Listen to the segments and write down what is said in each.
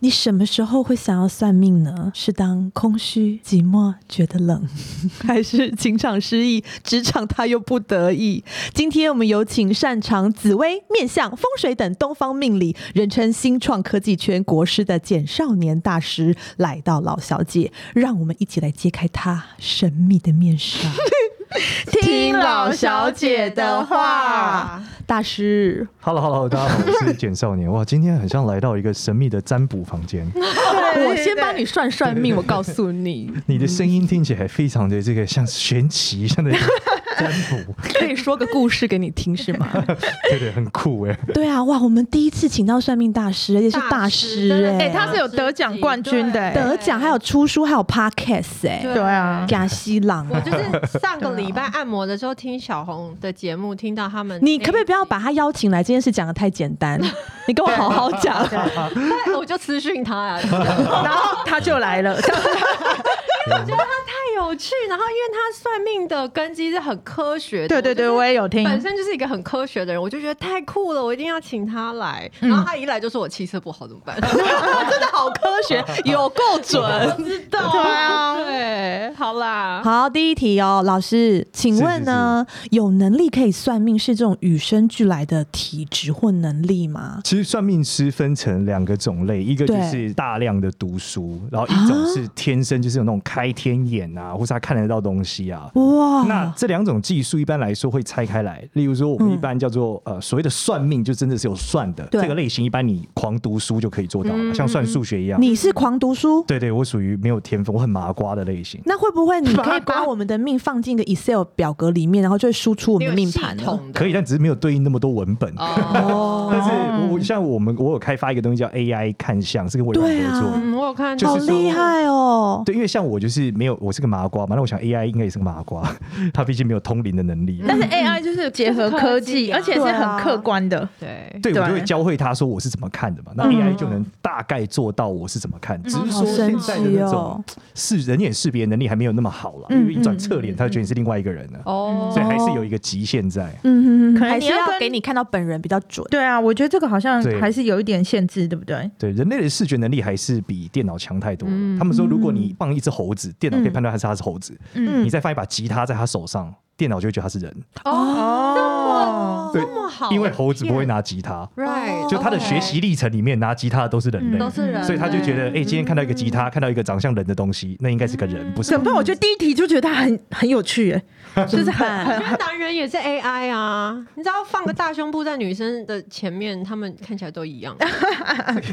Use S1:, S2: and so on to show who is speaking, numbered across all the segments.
S1: 你什么时候会想要算命呢？是当空虚、寂寞、觉得冷， 还是情场失意、职场他又不得意？今天我们有请擅长紫薇、面相、风水等东方命理，人称新创科技圈国师的简少年大师来到老小姐，让我们一起来揭开她神秘的面 纱。
S2: 听老小姐 的话。
S1: 大师，
S3: Hello Hello Hello，大家好，我是简少年。哇，今天很像来到一个神秘的占卜房 间，
S2: 对
S1: 我
S2: 对
S1: 先
S2: 对
S1: 帮你算算命，我告诉你，
S3: 你的声音听起来非常的这个像玄奇，像那种占 卜，
S1: 可以说个故事给你听是吗？
S3: 对对，很酷哎。
S1: 对啊，哇，我们第一次请到算命大师，而且是大师
S4: 大师
S1: 哎、
S4: 真的
S2: 哎、他是有得奖冠军的、哎
S4: 对
S1: 得奖，还有出书，还有 podcast 哎、
S4: 对
S2: 对啊，
S1: 贾西郎。
S4: 我就是上个礼拜按摩的时候听小红的节目，听到他们那一集，
S1: 你可不可以不要把他邀请来？这件事讲的太简单， 你跟我好好讲。
S4: 对？我就私讯他呀，太
S2: 然后他就来了，
S4: 有趣。然后因为他算命的根基是很科学的，
S2: 对对对，
S4: 我
S2: 我也有
S4: 就
S2: 听
S4: 是。本身就是一个很科学的人，我就觉得太酷了，我一定要请他来。然后他一来就说我气色不好，怎么办？
S1: 真的好科学，有够准。
S4: 知道
S2: 对啊
S4: 对，好啦，
S1: 好，第一题哦，老师，请问呢，有能力可以算命是这种与生俱来的体质或能力吗？
S3: 其实算命师分成两个种类，一个就
S1: 对
S3: 是大量的读书，然后一种是天生就是有那种开天眼啊，或是他看得到东西啊。
S1: 哇，
S3: 那这两种技术一般来说会拆开来，例如说我们一般叫做、呃所谓的算命，就真的是有算的
S1: 嗯对嗯
S3: 这个类型，一般你狂读书就可以做到了，像算数学一样。
S1: 你是狂读书，
S3: 对对，我属于没有天分，我很麻瓜的类型。
S1: 那会不会你 可以把我们的命放进一个 Excel 表格里面，然后就会输出我
S4: 你
S1: 们的
S4: 有
S1: 命
S4: 系
S1: 盘呢？
S4: 统的
S3: 可以，但只是没有对应那么多文本。
S4: 哦。
S1: 哦，
S3: 但是我我像我们，我有开发一个东西叫 AI 看相，是跟微软
S1: 对
S3: 合
S1: 啊
S3: 作的。
S4: 嗯，我有看
S3: 就
S1: 好
S4: 到
S3: 是说
S1: 厉害哦！
S3: 对，因为像我就是没有，我是个麻瓜嘛，那我想 AI 应该也是个麻瓜， 他毕竟没有通灵的能力。
S2: 但是 AI 就是结合科技，
S4: 就是科技啊
S2: 而且是很客观的。
S4: 对，
S3: 对，我就会
S2: 对
S3: 教会他说我是怎么看的嘛，那
S1: 嗯
S3: AI 就能大概做到我是怎么看。只是
S1: 好
S3: 说现
S1: 神
S3: 在的那
S1: 奇
S3: 种
S1: 哦！
S3: 是人眼识别能力还没有那么好
S1: 嗯
S3: 了，因为一转侧脸，他就觉得你是另外一个人了，
S4: 哦，
S3: 所以还是有一个极限在。
S1: 嗯，
S2: 可能
S1: 还
S2: 你
S1: 是
S2: 要
S1: 要
S2: 跟
S1: 给你看到本人比较准。
S2: 对啊，我觉得这个好像
S3: 对
S2: 还是有一点限制，对不对？
S3: 对，人类的视觉能力还是比电脑强太多了。
S4: 嗯
S3: 他们说，如果你放一只猴子，电脑可以判断它是它是猴子；
S2: 嗯
S3: 你再放一把吉他在他手上，电脑就会觉得他是人，
S2: 嗯哦，
S3: 对
S4: 这么好，
S3: 因为猴子不会拿吉他。
S4: ，right，
S3: 就他的
S4: OK
S3: 学习历程里面，拿吉他的都是人类，
S4: 嗯都是人类，嗯
S3: 所以他就觉得，哎、今天看到一个吉他，看到一个长相人的东西，那应该是个人，不是
S2: 怎么办？我觉得第一题就觉得它很很有趣， 哎，就是
S1: 怎么
S2: 很
S1: 办
S2: 很很
S4: 男人也是 AI 啊，你知道放个大胸部在女生的前面，他们看起来都一样。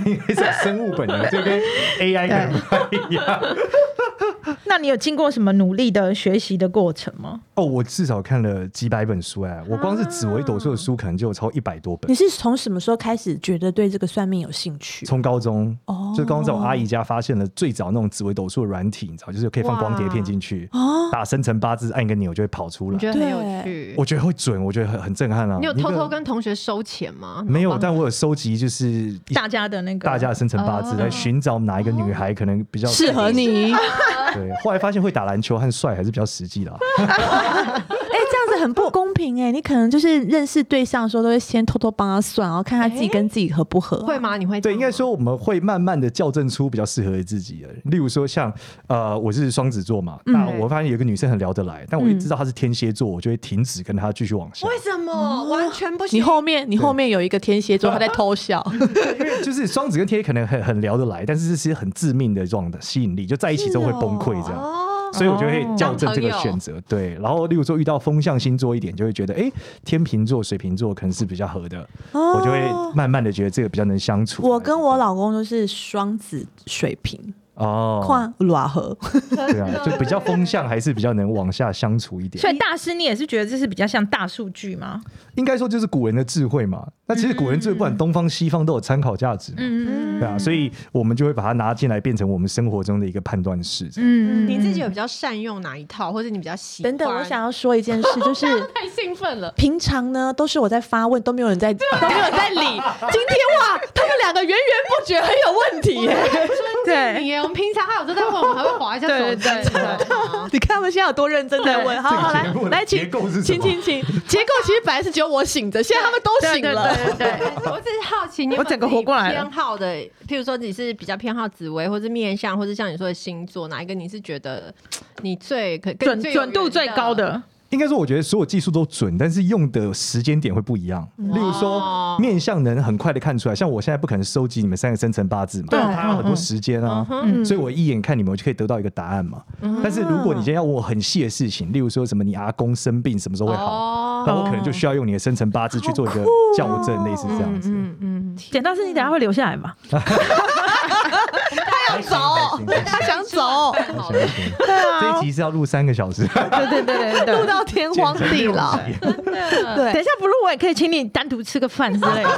S3: 应该是生物本能，这跟 AI 可能不太一样。
S2: 那你有经过什么努力的学习的过程吗？
S3: 哦，我至少看了几百本书、哎，我光是紫微斗数的书，可能就有超一百多本
S1: 你。是从什么时候开始觉得对这个算命有兴趣？
S3: 从高中，
S1: 哦
S3: 就高中在我阿姨家发现了最早那种紫微斗数的软体，你知道，就是可以放光碟片进去，
S1: 哦，
S3: 打生辰八字，按一个钮就会跑出
S4: 你
S3: 来。
S4: 觉得很有趣？
S3: 我觉得会准，我觉得很很震撼啊！
S4: 你有偷
S3: 一
S4: 偷
S3: 个
S4: 跟同学收钱吗？
S3: 没有，但我有收集，就是一
S2: 大家的那个
S3: 大家的生辰八字，
S4: 哦
S3: 来寻找哪一个女孩可能比较
S1: 适合。 你。哎，
S3: 对，后来发现会打篮球和帅还是比较实际的啊、
S1: 这 样子很不公平哎！你可能就是认识对象的时候，都会先偷偷帮他算，然后看他自己跟自己合不合。
S4: 会？吗？你会
S3: 对，应该说我们会慢慢的校正出比较适合自己的。例如说像呃，我是双子座
S4: 嗯
S3: 嘛，那我发现有一个女生很聊得来，但我一知道她是天蝎座，我就会停止跟她继续往下。
S4: 为什么完全不行？
S1: 你后面，你后面有一个天蝎座，他在偷 笑。
S3: 因为就是双子跟天蝎可能很很聊得来，但是这是很致命的这种的吸引力，就在一起之后会崩溃这样。
S4: 哦，
S3: 所以我就会校正这个
S1: 哦
S4: 当朋友
S3: 选择，对。然后，例如说遇到风象星座一点，就会觉得，哎、天秤座、水瓶座可能是比较合的，
S1: 哦
S3: 我就会慢慢的觉得这个比较能相处。
S1: 我跟我老公都是双子水瓶，
S3: 哦，
S1: 跨卵 合。
S3: 对啊，就比较风向还是比较能往下相处一点。
S2: 所以大师，你也是觉得这是比较像大数据吗？
S3: 应该说就是古人的智慧嘛。那其实古人智慧
S1: 嗯
S3: 不管东方西方都有参考价值嘛，
S2: 嗯
S3: 对啊，所以我们就会把它拿进来变成我们生活中的一个判断式。
S2: 嗯
S4: 你自己有比较善用哪一套，或者你比较喜欢？
S1: 等等，我想要说一件事，就是
S4: 太兴奋 了。
S1: 平常呢都是我在发问，都没有人在，都没有人在理。今天哇，他们两个源源不绝，很有问题耶。
S4: 说
S2: 对
S4: 你耶，我们平常还有时候在问，我们还会划一下手
S2: 对
S4: 机，
S2: 对
S4: 你知道吗
S1: 你看他们现在有多认真在问。好嗯好来
S3: 这个节目的
S1: 来，请
S3: 结构是什
S1: 请
S3: 么
S1: 请请，结构其实本来是只有我醒着，现在他们都
S2: 对
S1: 醒
S2: 对
S1: 了。
S2: 对对对，
S4: 我只是好奇，你有没有
S2: 我整个活过
S4: 自
S2: 来
S4: 己
S2: 了
S4: 偏好的，譬如说你是比较偏好紫薇，或是面相，或是像你说的星座，哪一个你是觉得你最可跟
S2: 准
S4: 你最有
S2: 准度
S4: 缘
S2: 最高？的，
S3: 应该说，我觉得所有技术都准，但是用的时间点会不一样。例如说
S4: 哦，
S3: 面相能很快的看出来，像我现在不可能收集你们三个生辰八字嘛，
S2: 对
S3: 它要很多
S2: 嗯嗯
S3: 时间啊
S4: 嗯，哼嗯
S2: 嗯
S3: 所以我一眼看你们，我就可以得到一个答案嘛。但是如果你今天要问我很细的事情，例如说什么你阿公生病什么时候会好，
S4: 哦
S3: 那我可能就需要用你的生辰八字去做一个校正，类似这样子。
S4: 嗯嗯，
S2: 简大师，你等下会留下来吧？
S3: 他要
S1: 走，他想走，
S4: 好
S3: 这一集是要录三个小时，
S2: 对对对对
S1: 录到天荒 地老。对
S2: 等一，下不录，我也可以请你单独吃个饭之类 的。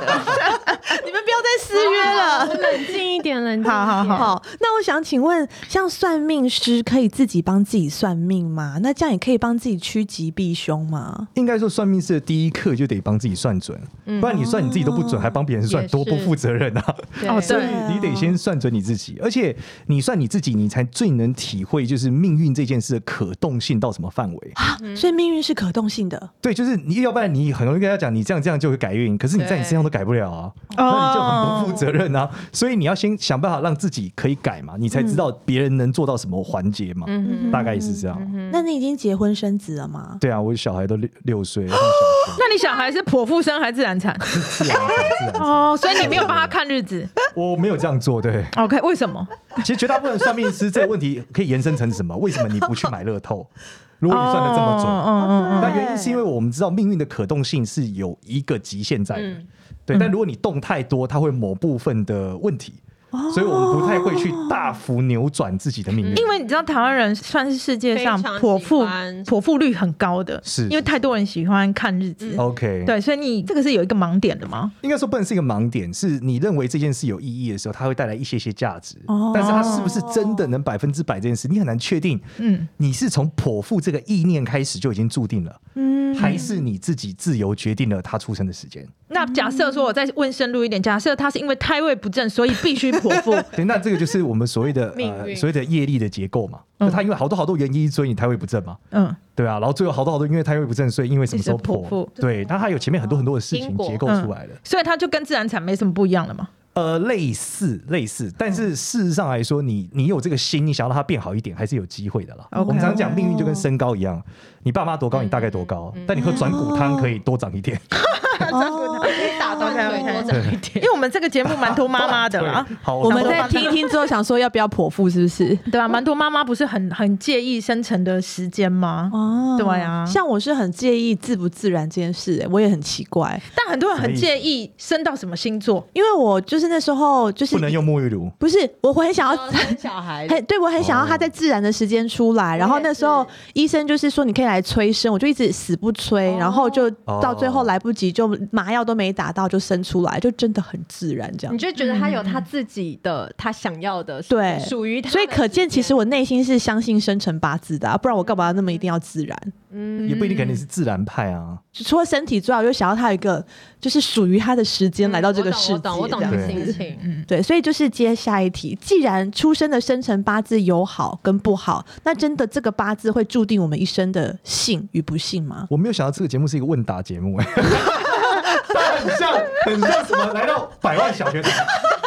S1: 你们不要再私约了。
S4: 我冷静一点，冷静一点。
S2: 好好好
S1: 好，那我想请问，像算命师可以自己帮自己算命吗？那这样也可以帮自己趋吉避凶吗？
S3: 应该说算命师的第一课就得帮自己算准，不然你算你自己都不准，还帮别人算，
S4: 嗯也是
S3: 多不负责任啊！
S4: 对
S2: 哦
S3: 所以
S2: 对
S3: 你得先算准你自己，而且你算你自己，你才最能体会就是命运这件事的可动性到什么范围。
S1: 啊，所以命运是可动性的。
S3: 对，就是你要不然你很容易跟他讲你这样这样就会改运，可是你在你身上都改不了啊，
S2: 哦
S3: 那你就很不负责任啊。所以你要先想办法让自己可以改嘛，你才知道别人能做到什么环节嘛，
S4: 嗯
S3: 大概是这样。
S1: 那你已经结婚生子了吗？
S3: 对啊，我小孩都六六岁，他们小
S2: 那你小孩是剖腹生还是自然产？
S3: 学 自然自然
S2: 哦，所以你没有帮他看日子。
S3: 我没有这样做，对。
S2: OK，为什么？
S3: 其实绝大部分算命师这个问题可以延伸成什么？为什么你不去买乐 透？如果你算的这么准，
S2: 嗯
S3: 那原因是因为我们知道命运的可动性是有一个极限在的，
S4: 嗯
S3: 对。但如果你动太多，它会某部分的问题，所以我们不太会去大幅扭转自己的命运。
S2: 哦因为你知道台湾人算是世界上
S4: 非常喜
S2: 剖腹
S4: 欢
S2: 剖腹率很高的，
S3: 是
S2: 因为太多人喜欢看日子。
S3: OK，，
S2: 对，所以你这个是有一个盲点的吗？
S3: 应该说不能是一个盲点，是你认为这件事有意义的时候，它会带来一些些价值，
S1: 哦
S3: 但是它是不是真的能百分之百这件事，你很难确定。
S2: 嗯，
S3: 你是从剖腹这个意念开始就已经注定了，
S1: 嗯，
S3: 还是你自己自由决定了他出生的时间？
S2: 那假设说我再问深入一点，假设他是因为胎位不正，所以必须剖 腹，
S3: 对，那这个就是我们所谓的
S4: 命
S3: 呃
S4: 运
S3: 所谓的业力的结构嘛。
S2: 嗯
S3: 那它因为好多好多原因，所以你胎位不正嘛，
S2: 嗯，
S3: 对啊。然后最后好多好多因为胎位不正，所以因为什么时候
S2: 一直剖
S3: 剖
S2: 腹，嗯
S3: 对，那它有前面很多很多的事情
S4: 因果
S3: 结构出来的。
S2: 所以他就跟自然产没什么不一样了嘛。
S3: 呃，类似类似，但是事实上来说，你你有这个心，你想要让它变好一点，还是有机会的啦。
S1: 哦
S2: OK
S3: 我们常讲命运就跟身高一样，你爸妈多高，你大概多高，但你喝转骨汤可以多长一点。，
S1: 哦，
S2: 打
S4: 断他们看
S2: 因为我们这个节目蛮多妈妈的啊啦
S3: 好，
S1: 我们
S3: 再
S1: 在听一听之后想说要不要剖腹，是不是？
S2: 对啊，蛮多妈妈不是很很介意生成的时间吗？
S1: 哦
S2: 对啊
S1: 像我是很介意自不自然这件事、欸我也很奇怪，
S2: 但很多人很介意生到什么星座，
S1: 因为我就是那时候就是
S3: 不能用沐浴露。
S1: 不是，我会很想要
S4: 要生小孩，
S1: 很 对我很想要他在自然的时间出来，然后那时候医生就是说你可以来催生，我就一直死不催，
S4: 哦
S1: 然后就到最后
S3: 哦
S1: 来不及，就麻药都没打到就生出来，就真的很自然这样
S4: 你。就觉得他有他自己的，他想要的，
S1: 对
S4: 属于他的时
S1: 所以
S4: 间。
S1: 可见，其实我内心是相信生辰八字的、啊，不然我干嘛那么一定要自然？
S4: 嗯，
S3: 也不一定，肯定是自然派啊。
S1: 除了身体之外，我就想要他有一个就是属于他的时间来到这个世界
S4: 嗯我懂，我懂
S1: 这
S4: 我
S1: 样
S4: 懂
S3: 子
S4: 你的心情。
S1: 对，所以就是接下一题，既然出生的生辰八字有好跟不好，那真的这个八字会注定我们一生的幸与不幸吗？
S3: 我没有想到这个节目是一个问答节 目、哎，很像很像什么来到百万小学堂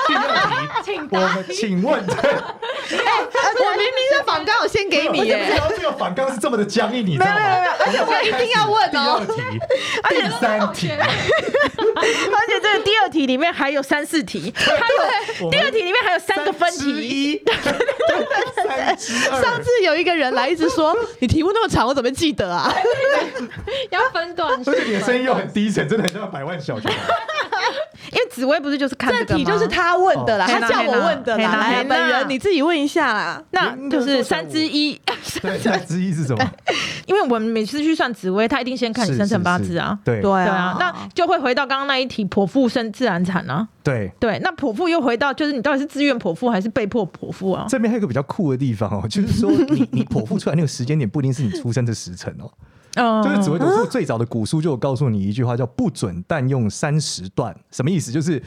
S3: 第二题，
S4: 请
S3: 我
S4: 答
S3: 们请问，对，
S1: 我明明是仿纲，我先给
S3: 而且没想到这个反纲是这么的僵硬，你知道吗？
S2: 而且我一定要问
S3: 第二题，第三题，
S2: 而且这个第二题里面还有三四题，还有第二题里面还有三个分
S3: 之
S2: 题。
S3: 一，三之
S1: 上
S3: 二
S1: 次。有一个人来一直说你题目那么长，我怎么记得啊？
S4: 要分段式
S3: 而，且你的声音又很低沉，真的很像百万小学堂。
S2: 因为紫薇不是就是看
S1: 这
S2: 个吗
S1: 题就是。他问的啦，
S2: 哦
S1: 他叫我问的啦。
S2: 嘿啦
S1: 来
S2: 嘿
S1: 啊，
S2: 啦
S1: 本人你自己问一下啦。
S2: 那就是三之一，
S3: 对，三之一是什么？
S2: 因为我们每次去算紫薇，他一定先看你生辰八字
S3: 是
S2: 啊，
S3: 是
S1: 对
S3: 是
S2: 对
S1: 啊
S2: 啊，，那就会回到刚刚那一题，剖腹生自然产啊，
S3: 对，
S2: 对，那剖腹又回到就是你到底是自愿剖腹还是被迫剖腹啊？
S3: 这 边还有一个比较酷的地方哦，就是说你你剖腹出来那个时间点不一定是你出生的时辰哦，
S2: 嗯
S3: 就是紫微斗数最早的古书就有告诉你一句话，叫“不准但用三十段”，什么意思？就是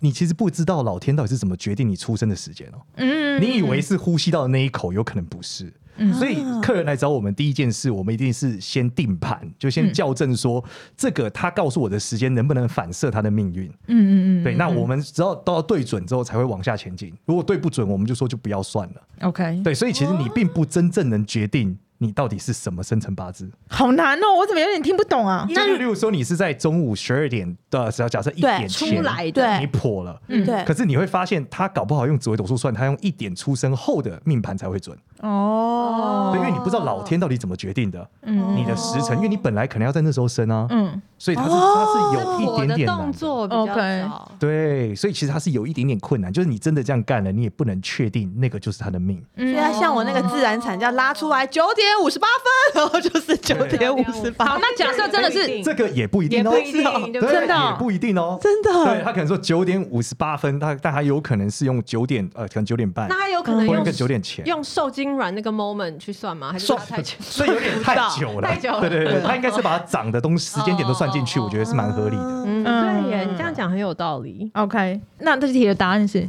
S3: 你其实不知道老天到底是怎么决定你出生的时间哦、
S2: 嗯
S3: 你以为是呼吸到的那一口，有可能不是。所以
S2: 啊
S3: 客人来找我们，第一件事，我们一定是先定盘，就
S2: 嗯
S3: 先校正说，这个他告诉我的时间能不能反射他的命运。
S2: 嗯嗯嗯
S3: 对，那我们只要都要对准之后才会往下前进。如果对不准，我们就说就不要算了。
S2: 哦，OK，
S3: 对，所以其实你并不真正能决定你到底是什么生辰八字。
S2: 好难哦，我怎么有点听不懂啊？
S3: 就是例如说，你是在中午十二点的，只要假设一点前
S4: 出来的
S1: 对
S3: 你破了。
S2: 嗯
S1: 对
S3: 可，是你会发现，他搞不好用紫微斗数算，他用一点出生后的命盘才会准，
S2: 哦
S3: 对，因为你不知道老天到底怎么决定的，
S2: 嗯
S3: 你的时辰，因为你本来可能要在那时候生啊，
S2: 嗯
S3: 所以他是
S1: 哦
S3: 他是有
S4: 我
S3: 一点
S4: 的
S3: 点难
S4: 动
S3: 的，
S4: 作比较
S2: OK
S4: 少。
S3: 对，所以其实他是有一点点困难，就是你真的这样干了，你也不能确定那个就是他的命，
S1: 对啊，像我那个自然产假拉出来九点五十八分，然后就是九点五十八
S4: 好，，那假设真的是
S3: 这个也不一定
S4: 也
S3: 哦，
S4: 不一定对不对
S3: 对
S2: 真的哦
S3: 也不一定哦，
S1: 真
S4: 嗯
S3: 对
S1: 的
S3: 他可能说九点五十八分，他但他有可能是用九点呃，可能九点半
S4: 那，他有可能
S3: 或者
S4: 用
S3: 更九点前，
S4: 用受精卵那个 moment 去算吗？还是
S3: 算
S4: 拉太久？
S3: 所以有点太久了，
S4: 太久了
S3: 对对对，他应该是把它涨的东西时间点都算进去，
S4: 哦哦哦
S3: 我觉得是蛮合理的。
S4: 嗯，
S2: 嗯
S4: 对耶，你这样讲很有道理。
S2: ，OK，那这题的答案是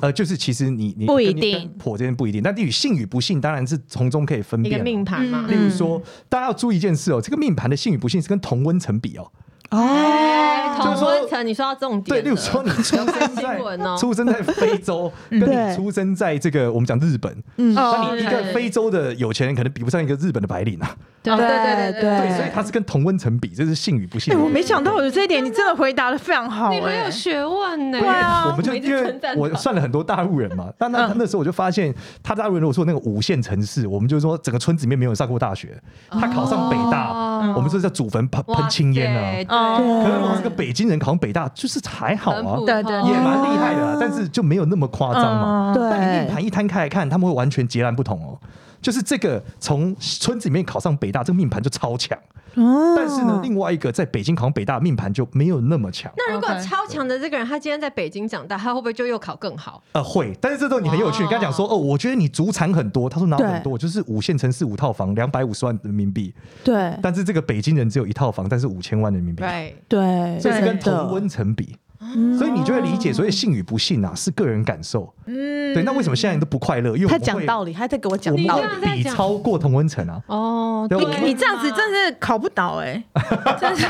S3: 呃，就是其实你你
S2: 不一
S3: 跟你
S2: 定
S3: 跟婆这边不一定，但与信与不信当然是从中可以分
S4: 一
S3: 辨
S4: 个
S3: 哦。
S4: 命盘嘛
S3: 例，如说，大家要注意一件事哦，这个命盘的信与不信是跟同温层比哦。
S4: 哎，
S3: 就
S4: 同
S3: 是说
S4: 温层，你说到重点。
S3: 对，例如说，你 出生
S4: 新
S3: 在
S4: 闻哦
S3: 出生在非洲，
S4: 嗯
S3: 跟
S1: 对
S3: 你出生在这个我们讲日本，
S1: 嗯
S3: 那
S2: 哦
S3: 你一个非洲的有钱人可能比不上一个日本的白领啊。
S4: 哦对对对
S1: 对
S3: 对，所以它是跟同温层比，这是信与不信
S2: 哎，
S3: 的问题。
S2: 我没想到我这一点，你真的回答的非常好，
S4: 你很有
S2: 哎，
S4: 学问呢。
S2: 对啊
S3: 我们就
S4: 一直
S3: 因为
S4: 称赞他
S3: 我算了很多大陆人嘛，但那那时候我就发现，他大陆人如果说那个五线城市，我们就说整个村子里面没有人上过大学，他考上北大，
S4: 哦
S3: 我们说叫祖坟喷
S4: 哇
S3: 喷青烟
S4: 塞
S3: 啊。
S2: 哦
S3: 可能我
S1: 对
S3: 是个北京人，考上北大就是还好
S4: 很
S3: 啊
S4: 普，
S2: 对对
S4: 通
S3: 也蛮厉害的啊，但是就没有那么夸张嘛。
S2: 嗯，
S3: 但你命
S1: 对，
S3: 盘一摊开来看，他们会完全截然不同哦。就是这个从村子里面考上北大，这个命盘就超强，
S1: 嗯
S3: 但是呢，另外一个在北京考上北大的命盘就没有那么强。
S4: 那如果
S2: OK
S4: 超强的这个人，他今天在北京长大，他会不会就又考更好？
S3: 呃，会，但是这时候你很有趣，
S4: 哇
S3: 你跟他讲说，哦，我觉得你主产很多，他说哪有
S1: 对
S3: 很多，我就是五线城市五套房，两百五十万人民币，
S1: 对
S3: 但是这个北京人只有一套房，但是五千万人民币，
S4: 对，
S1: 对，
S3: 所以是跟
S1: 真的
S3: 同温层比，
S1: 嗯
S3: 所以你就会理解，所以信与不信啊，是个人感受。
S2: 嗯
S3: 对，那为什么现在人都不快乐？因为我
S1: 他
S3: 们
S1: 讲
S3: 会，
S1: 道理，他在给我讲
S3: 我们
S1: 道
S4: 你这
S1: 理，
S4: 样
S3: 会
S4: 在
S3: 比
S4: 讲
S3: 超过同温层啊，
S4: 哦，
S3: 对我
S4: 对
S3: 们
S2: 你这样子真是考不倒哎，
S3: 可是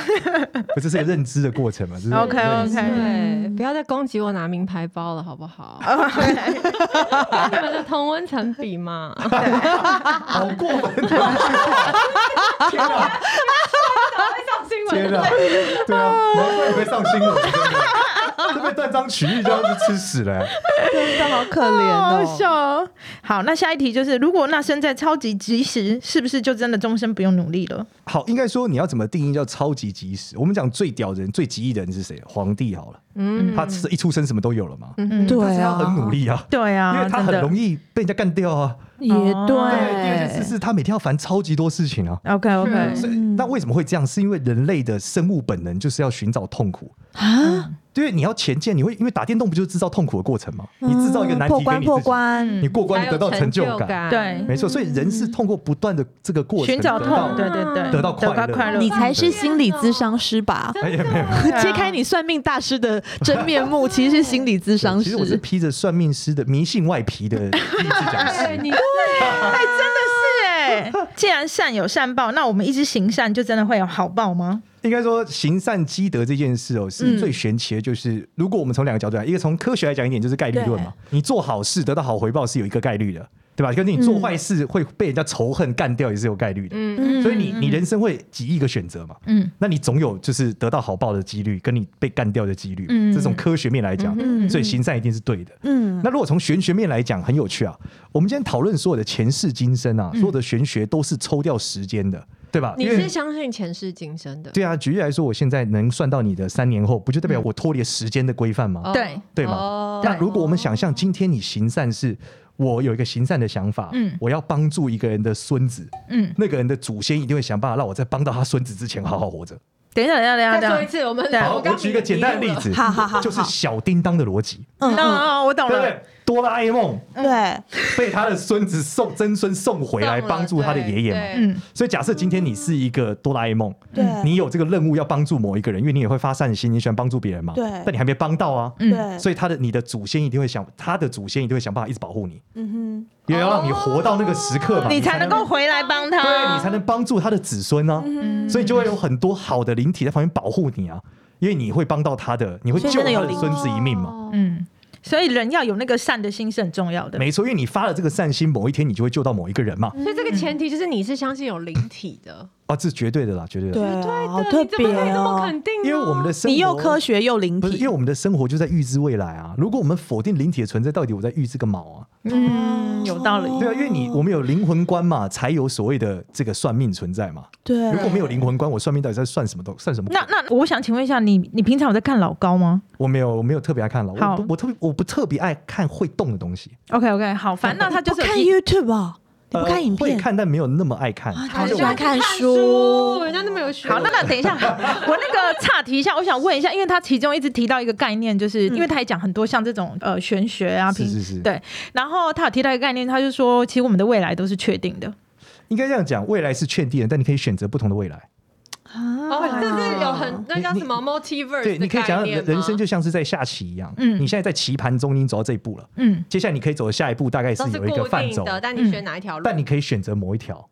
S3: 这是个认知的过程嘛。这是
S2: OK，OK
S3: 认知
S4: 对，不要再攻击我拿名牌包了，好不 好？跟你们的同温层比嘛，
S3: 好过分！天 啊，天啊，对啊，难怪你会上新闻，真的这被断章取义，这样子吃屎了欸。
S1: 真的好可怜
S2: 好
S1: 哦。
S2: 笑哦。好，那下一题就是，如果那身在超级及时，是不是就真的终身不用努力了？
S3: 好，应该说你要怎么定义叫超级极时？我们讲最屌人、最极意的人是谁？皇帝好了，
S4: 嗯，
S3: 他一出生什么都有了嘛，
S2: 嗯，
S1: 对
S3: 他
S1: 啊，
S3: 很努，力啊，
S2: 对啊，
S3: 因为他
S2: 真
S3: 很
S2: 的
S3: 容易被人家干掉啊。
S1: 也
S4: 哦
S3: 对，第二件事
S1: 对，
S3: 是啊他每天要烦超级多事情啊。
S2: OK OK，
S4: 嗯
S3: 所以那为什么会这样？是因为人类的生物本能就是要寻找痛苦。
S1: 啊，
S3: 因为你要前进，你会因为打电动不就是制造痛苦的过程吗？
S2: 嗯
S3: 你制造一个难题
S1: 破
S3: 给
S1: 关
S3: 你
S1: 破
S3: 自己，
S1: 关，
S4: 嗯
S3: 你过关，你得到成就感。
S4: 感
S2: 对
S3: 没错，所以人是通过不断的这个过程
S2: 嗯寻找
S3: 得到
S2: 痛，嗯对对对，
S3: 得到快乐
S2: 快乐，
S1: 你才是心理
S4: 哦
S1: 咨商师吧？
S3: 哎呀，没 有，
S2: 对啊
S1: 揭开你算命大师的真面 目，其实是心理咨商
S3: 其实我是
S1: 师。
S3: 披着算命师的迷信外皮的励志讲
S4: 对
S3: 师。
S4: 你对，
S2: 哎，真的是哎，既然善有善报，那我们一直行善，就真的会有好报吗？
S3: 应该说行善积德这件事哦，是最玄奇的。就是、如果我们从两个角度来，一个从科学来讲一点，就是概率论嘛。你做好事得到好回报是有一个概率的，对吧？跟你做坏事会被人家仇恨干掉也是有概率的。
S4: 嗯，
S3: 所以你你人生会几亿个选择嘛，
S2: 嗯
S3: 嗯，那你总有就是得到好报的几率，跟你被干掉的几率，
S2: 嗯
S3: 这种科学面来讲，
S1: 嗯
S3: 所以行善一定是对的。
S1: 嗯
S3: 那如果从玄学面来讲，很有趣啊。我们今天讨论所有的前世今生啊，所有的玄学都是抽掉时间的，对吧？
S4: 你
S3: 因为
S4: 是相信前世今生的，
S3: 对啊，举例来说，我现在能算到你的三年后，不就代表我脱离了时间的规范吗？
S4: 哦
S2: 对
S3: 对吗
S4: 哦
S3: 那如果我们想象今天你行善是，我有一个行善的想法，
S2: 嗯
S3: 我要帮助一个人的孙子，
S2: 嗯，
S3: 那个人的祖先一定会想办法让我在帮到他孙子之前好好活着。
S2: 等一下，等一下，等一下，
S4: 再说一
S2: 等一下。
S4: 次，啊我们
S2: 对
S3: 好，
S4: 刚
S3: 我举一个简单的例子，
S1: 好好好好
S3: 就是小叮当的逻辑，
S1: 嗯
S2: 那
S1: 嗯，
S2: 哦，我懂
S3: 对不
S2: 了
S3: 对。？哆啦 A 梦
S5: 对，
S3: 被他的孙子送曾孙送回来，
S4: 送了
S3: 帮助他的爷爷嘛。
S4: 对
S5: 嗯，
S3: 所以假设今天你是一个哆啦 A 梦，
S5: 对，
S4: 嗯
S3: 你有这个任务要帮助某一个人，因为你也会发善心，你喜欢帮助别人嘛。
S5: 对嗯
S3: 但你还没帮到啊。
S2: 嗯
S5: 对，
S4: 嗯
S3: 所以他的你的祖先一定会想，他的祖先一定会想办法一直保护你，
S5: 嗯
S3: 也要让你活到那个时刻嘛，
S2: 你才能够回来帮他，
S3: 对你才能帮助他的子孙呢、
S5: 哼，
S3: 所以就会有很多好的灵体在旁边保护你啊，因为你会帮到他的，你会
S5: 所以
S3: 救
S5: 真
S3: 他
S5: 的有
S3: 的
S5: 灵
S3: 孙子一命嘛。
S4: 哦
S5: 嗯，
S2: 所以人要有那个善的心是很重要的。
S3: 没错，因为你发了这个善心，某一天你就会救到某一个人嘛。
S4: 所以这个前提就是你是相信有灵体的，
S3: 啊，这是绝对的啦，绝对的。
S5: 对啊，好特
S4: 对的，你怎么
S5: 别哦。
S4: 可以这么肯定呢？
S3: 因为我们的生活
S1: 你又科学又灵
S3: 不是，因为
S1: 体，
S3: 我们的生活就在预知未来啊。如果我们否定灵体的存在，到底我在预知个毛啊？
S2: 嗯，有道理。
S3: 对啊，因为你我们有灵魂观嘛，才有所谓的这个算命存在嘛。
S5: 对，
S3: 如果没有灵魂观，我算命到底在算什么东算什么鬼？
S2: 那那我想请问一下，你你平常有在看老高吗
S3: 我没有，我没有特别爱看了。我
S2: 好
S3: 不我特别我不特别爱看会动的东西，
S2: ？OK OK，好，反正那他就
S1: 不
S2: 是有
S1: 看
S2: 提
S1: YouTube 啊，你不看影
S3: 呃会
S1: 片，
S3: 看但没有那么爱看。
S1: 啊
S4: 还
S1: 他
S4: 是
S1: 喜
S4: 喜欢
S1: 欢
S4: 看
S1: 看
S4: 书，
S1: 书，
S4: 人家都没有学。
S2: 好，那那等一下，我那个岔题一下，我想问一下，因为他其中一直提到一个概念，就是、因为他也讲很多像这种呃玄学啊，
S3: 是
S2: 平
S3: 是是
S2: 对，然后他有提到一个概念，他就说，其实我们的未来都是确定的，
S3: 应该这样讲，未来是确定的，但你可以选择不同的未来。
S4: 哦，
S1: 啊，
S4: 这是有很那叫什么 multiverse
S3: 对，你可以讲
S4: 的概念
S3: 人
S4: 吗
S3: 人生就像是在下棋一样，
S2: 嗯
S3: 你现在在棋盘中，你走到这一步了，
S2: 嗯，
S3: 接下来你可以走的下一步大概是
S4: 都是
S3: 有一个
S4: 固
S3: 范
S4: 定
S3: 畴，
S4: 的，但
S2: 嗯
S4: 你选哪一条路？
S3: 但你可以选择某一条。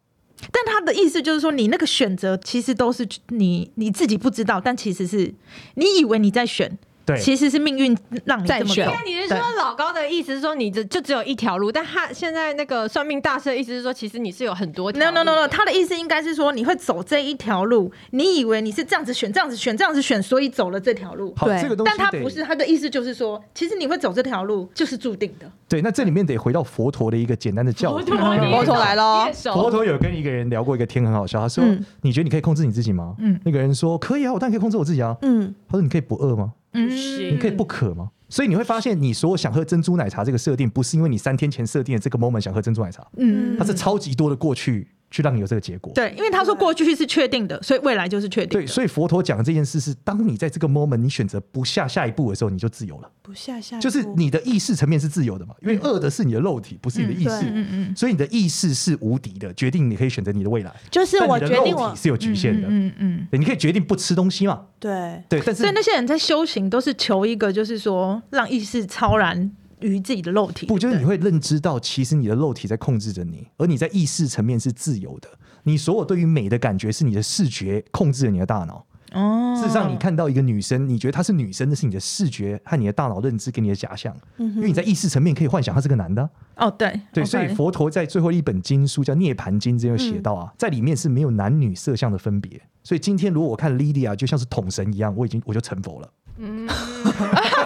S2: 但他的意思就是说，你那个选择其实都是你你自己不知道，但其实是你以为你在选，
S3: 对，
S2: 其实是命运让你这
S5: 在
S2: 么
S5: 选
S2: 走
S4: 那。你是说老高的意思是说你只就只有一条路，但他现在那个算命大师的意思是说，其实你是有很多条路
S2: No
S4: 的。
S2: no no no，他的意思应该是说你会走这一条路，你以为你是这样子选、这样子选、这样子选，所以走了这条路。
S3: 好，
S1: 对
S3: 这个东西
S2: 但他
S3: 得
S2: 不是，他的意思就是说，其实你会走这条路就是注定的。
S3: 对，那这里面得回到佛陀的一个简单的教
S4: 佛
S3: 育。嗯
S4: 陀你也
S5: 佛陀来咯
S4: 你也熟
S3: 佛陀有跟一个人聊过一个天很好笑，他说：“
S1: 嗯
S3: 你觉得你可以控制你自己吗？”
S2: 嗯
S3: 那个人说：“可以啊，我当然可以控制我自己啊。
S1: 嗯，”
S3: 他说：“你可以不饿吗？
S2: 嗯
S4: 是
S3: 你可以不渴吗？”所以你会发现，你所有想喝珍珠奶茶这个设定，不是因为你三天前设定的这个 moment 想喝珍珠奶茶，
S2: 嗯，
S3: 它是超级多的过去去让你有这个结果。
S2: 对，因为他说过去是确定的，所以未来就是确定
S3: 嗯对，
S2: 的。
S3: 所以佛陀讲的这件事是，当你在这个 moment 你选择不下下一步的时候，你就自由了。
S1: 不下下一步
S3: 就是你的意识层面是自由的嘛，因为饿的是你的肉体，不是你的意识，
S1: 嗯
S2: 嗯嗯
S3: 所以你的意识是无敌的，决定你可以选择你的未来。
S1: 就是
S3: 但
S1: 我
S3: 你的
S1: 决定
S3: 肉
S1: 我
S3: 体是有局限的，
S2: 嗯嗯。
S3: 对你可以决定不吃东西嘛。
S1: 对
S3: 对，但是
S2: 所以那些人在修行都是求一个，就是说让意识超然于自己的肉体。
S3: 不就是
S2: 对
S3: 你
S2: 对
S3: 会认知到，其实你的肉体在控制着你，而你在意识层面是自由的。你所有对于美的感觉是你的视觉控制了你的大脑。
S2: 哦
S3: 事实上，你看到一个女生，你觉得她是女生，那是你的视觉和你的大脑认知给你的假象，
S2: 嗯
S3: 因为你在意识层面可以幻想她是个男的啊。
S2: 哦，对
S3: 对
S2: OK
S3: 所以 佛陀在最后一本经书叫《涅盘经》这有写到啊，在里面是没有男女色相的分别。所以今天如果我看 Lydia 就像是桶神一样，我已经我就成佛了。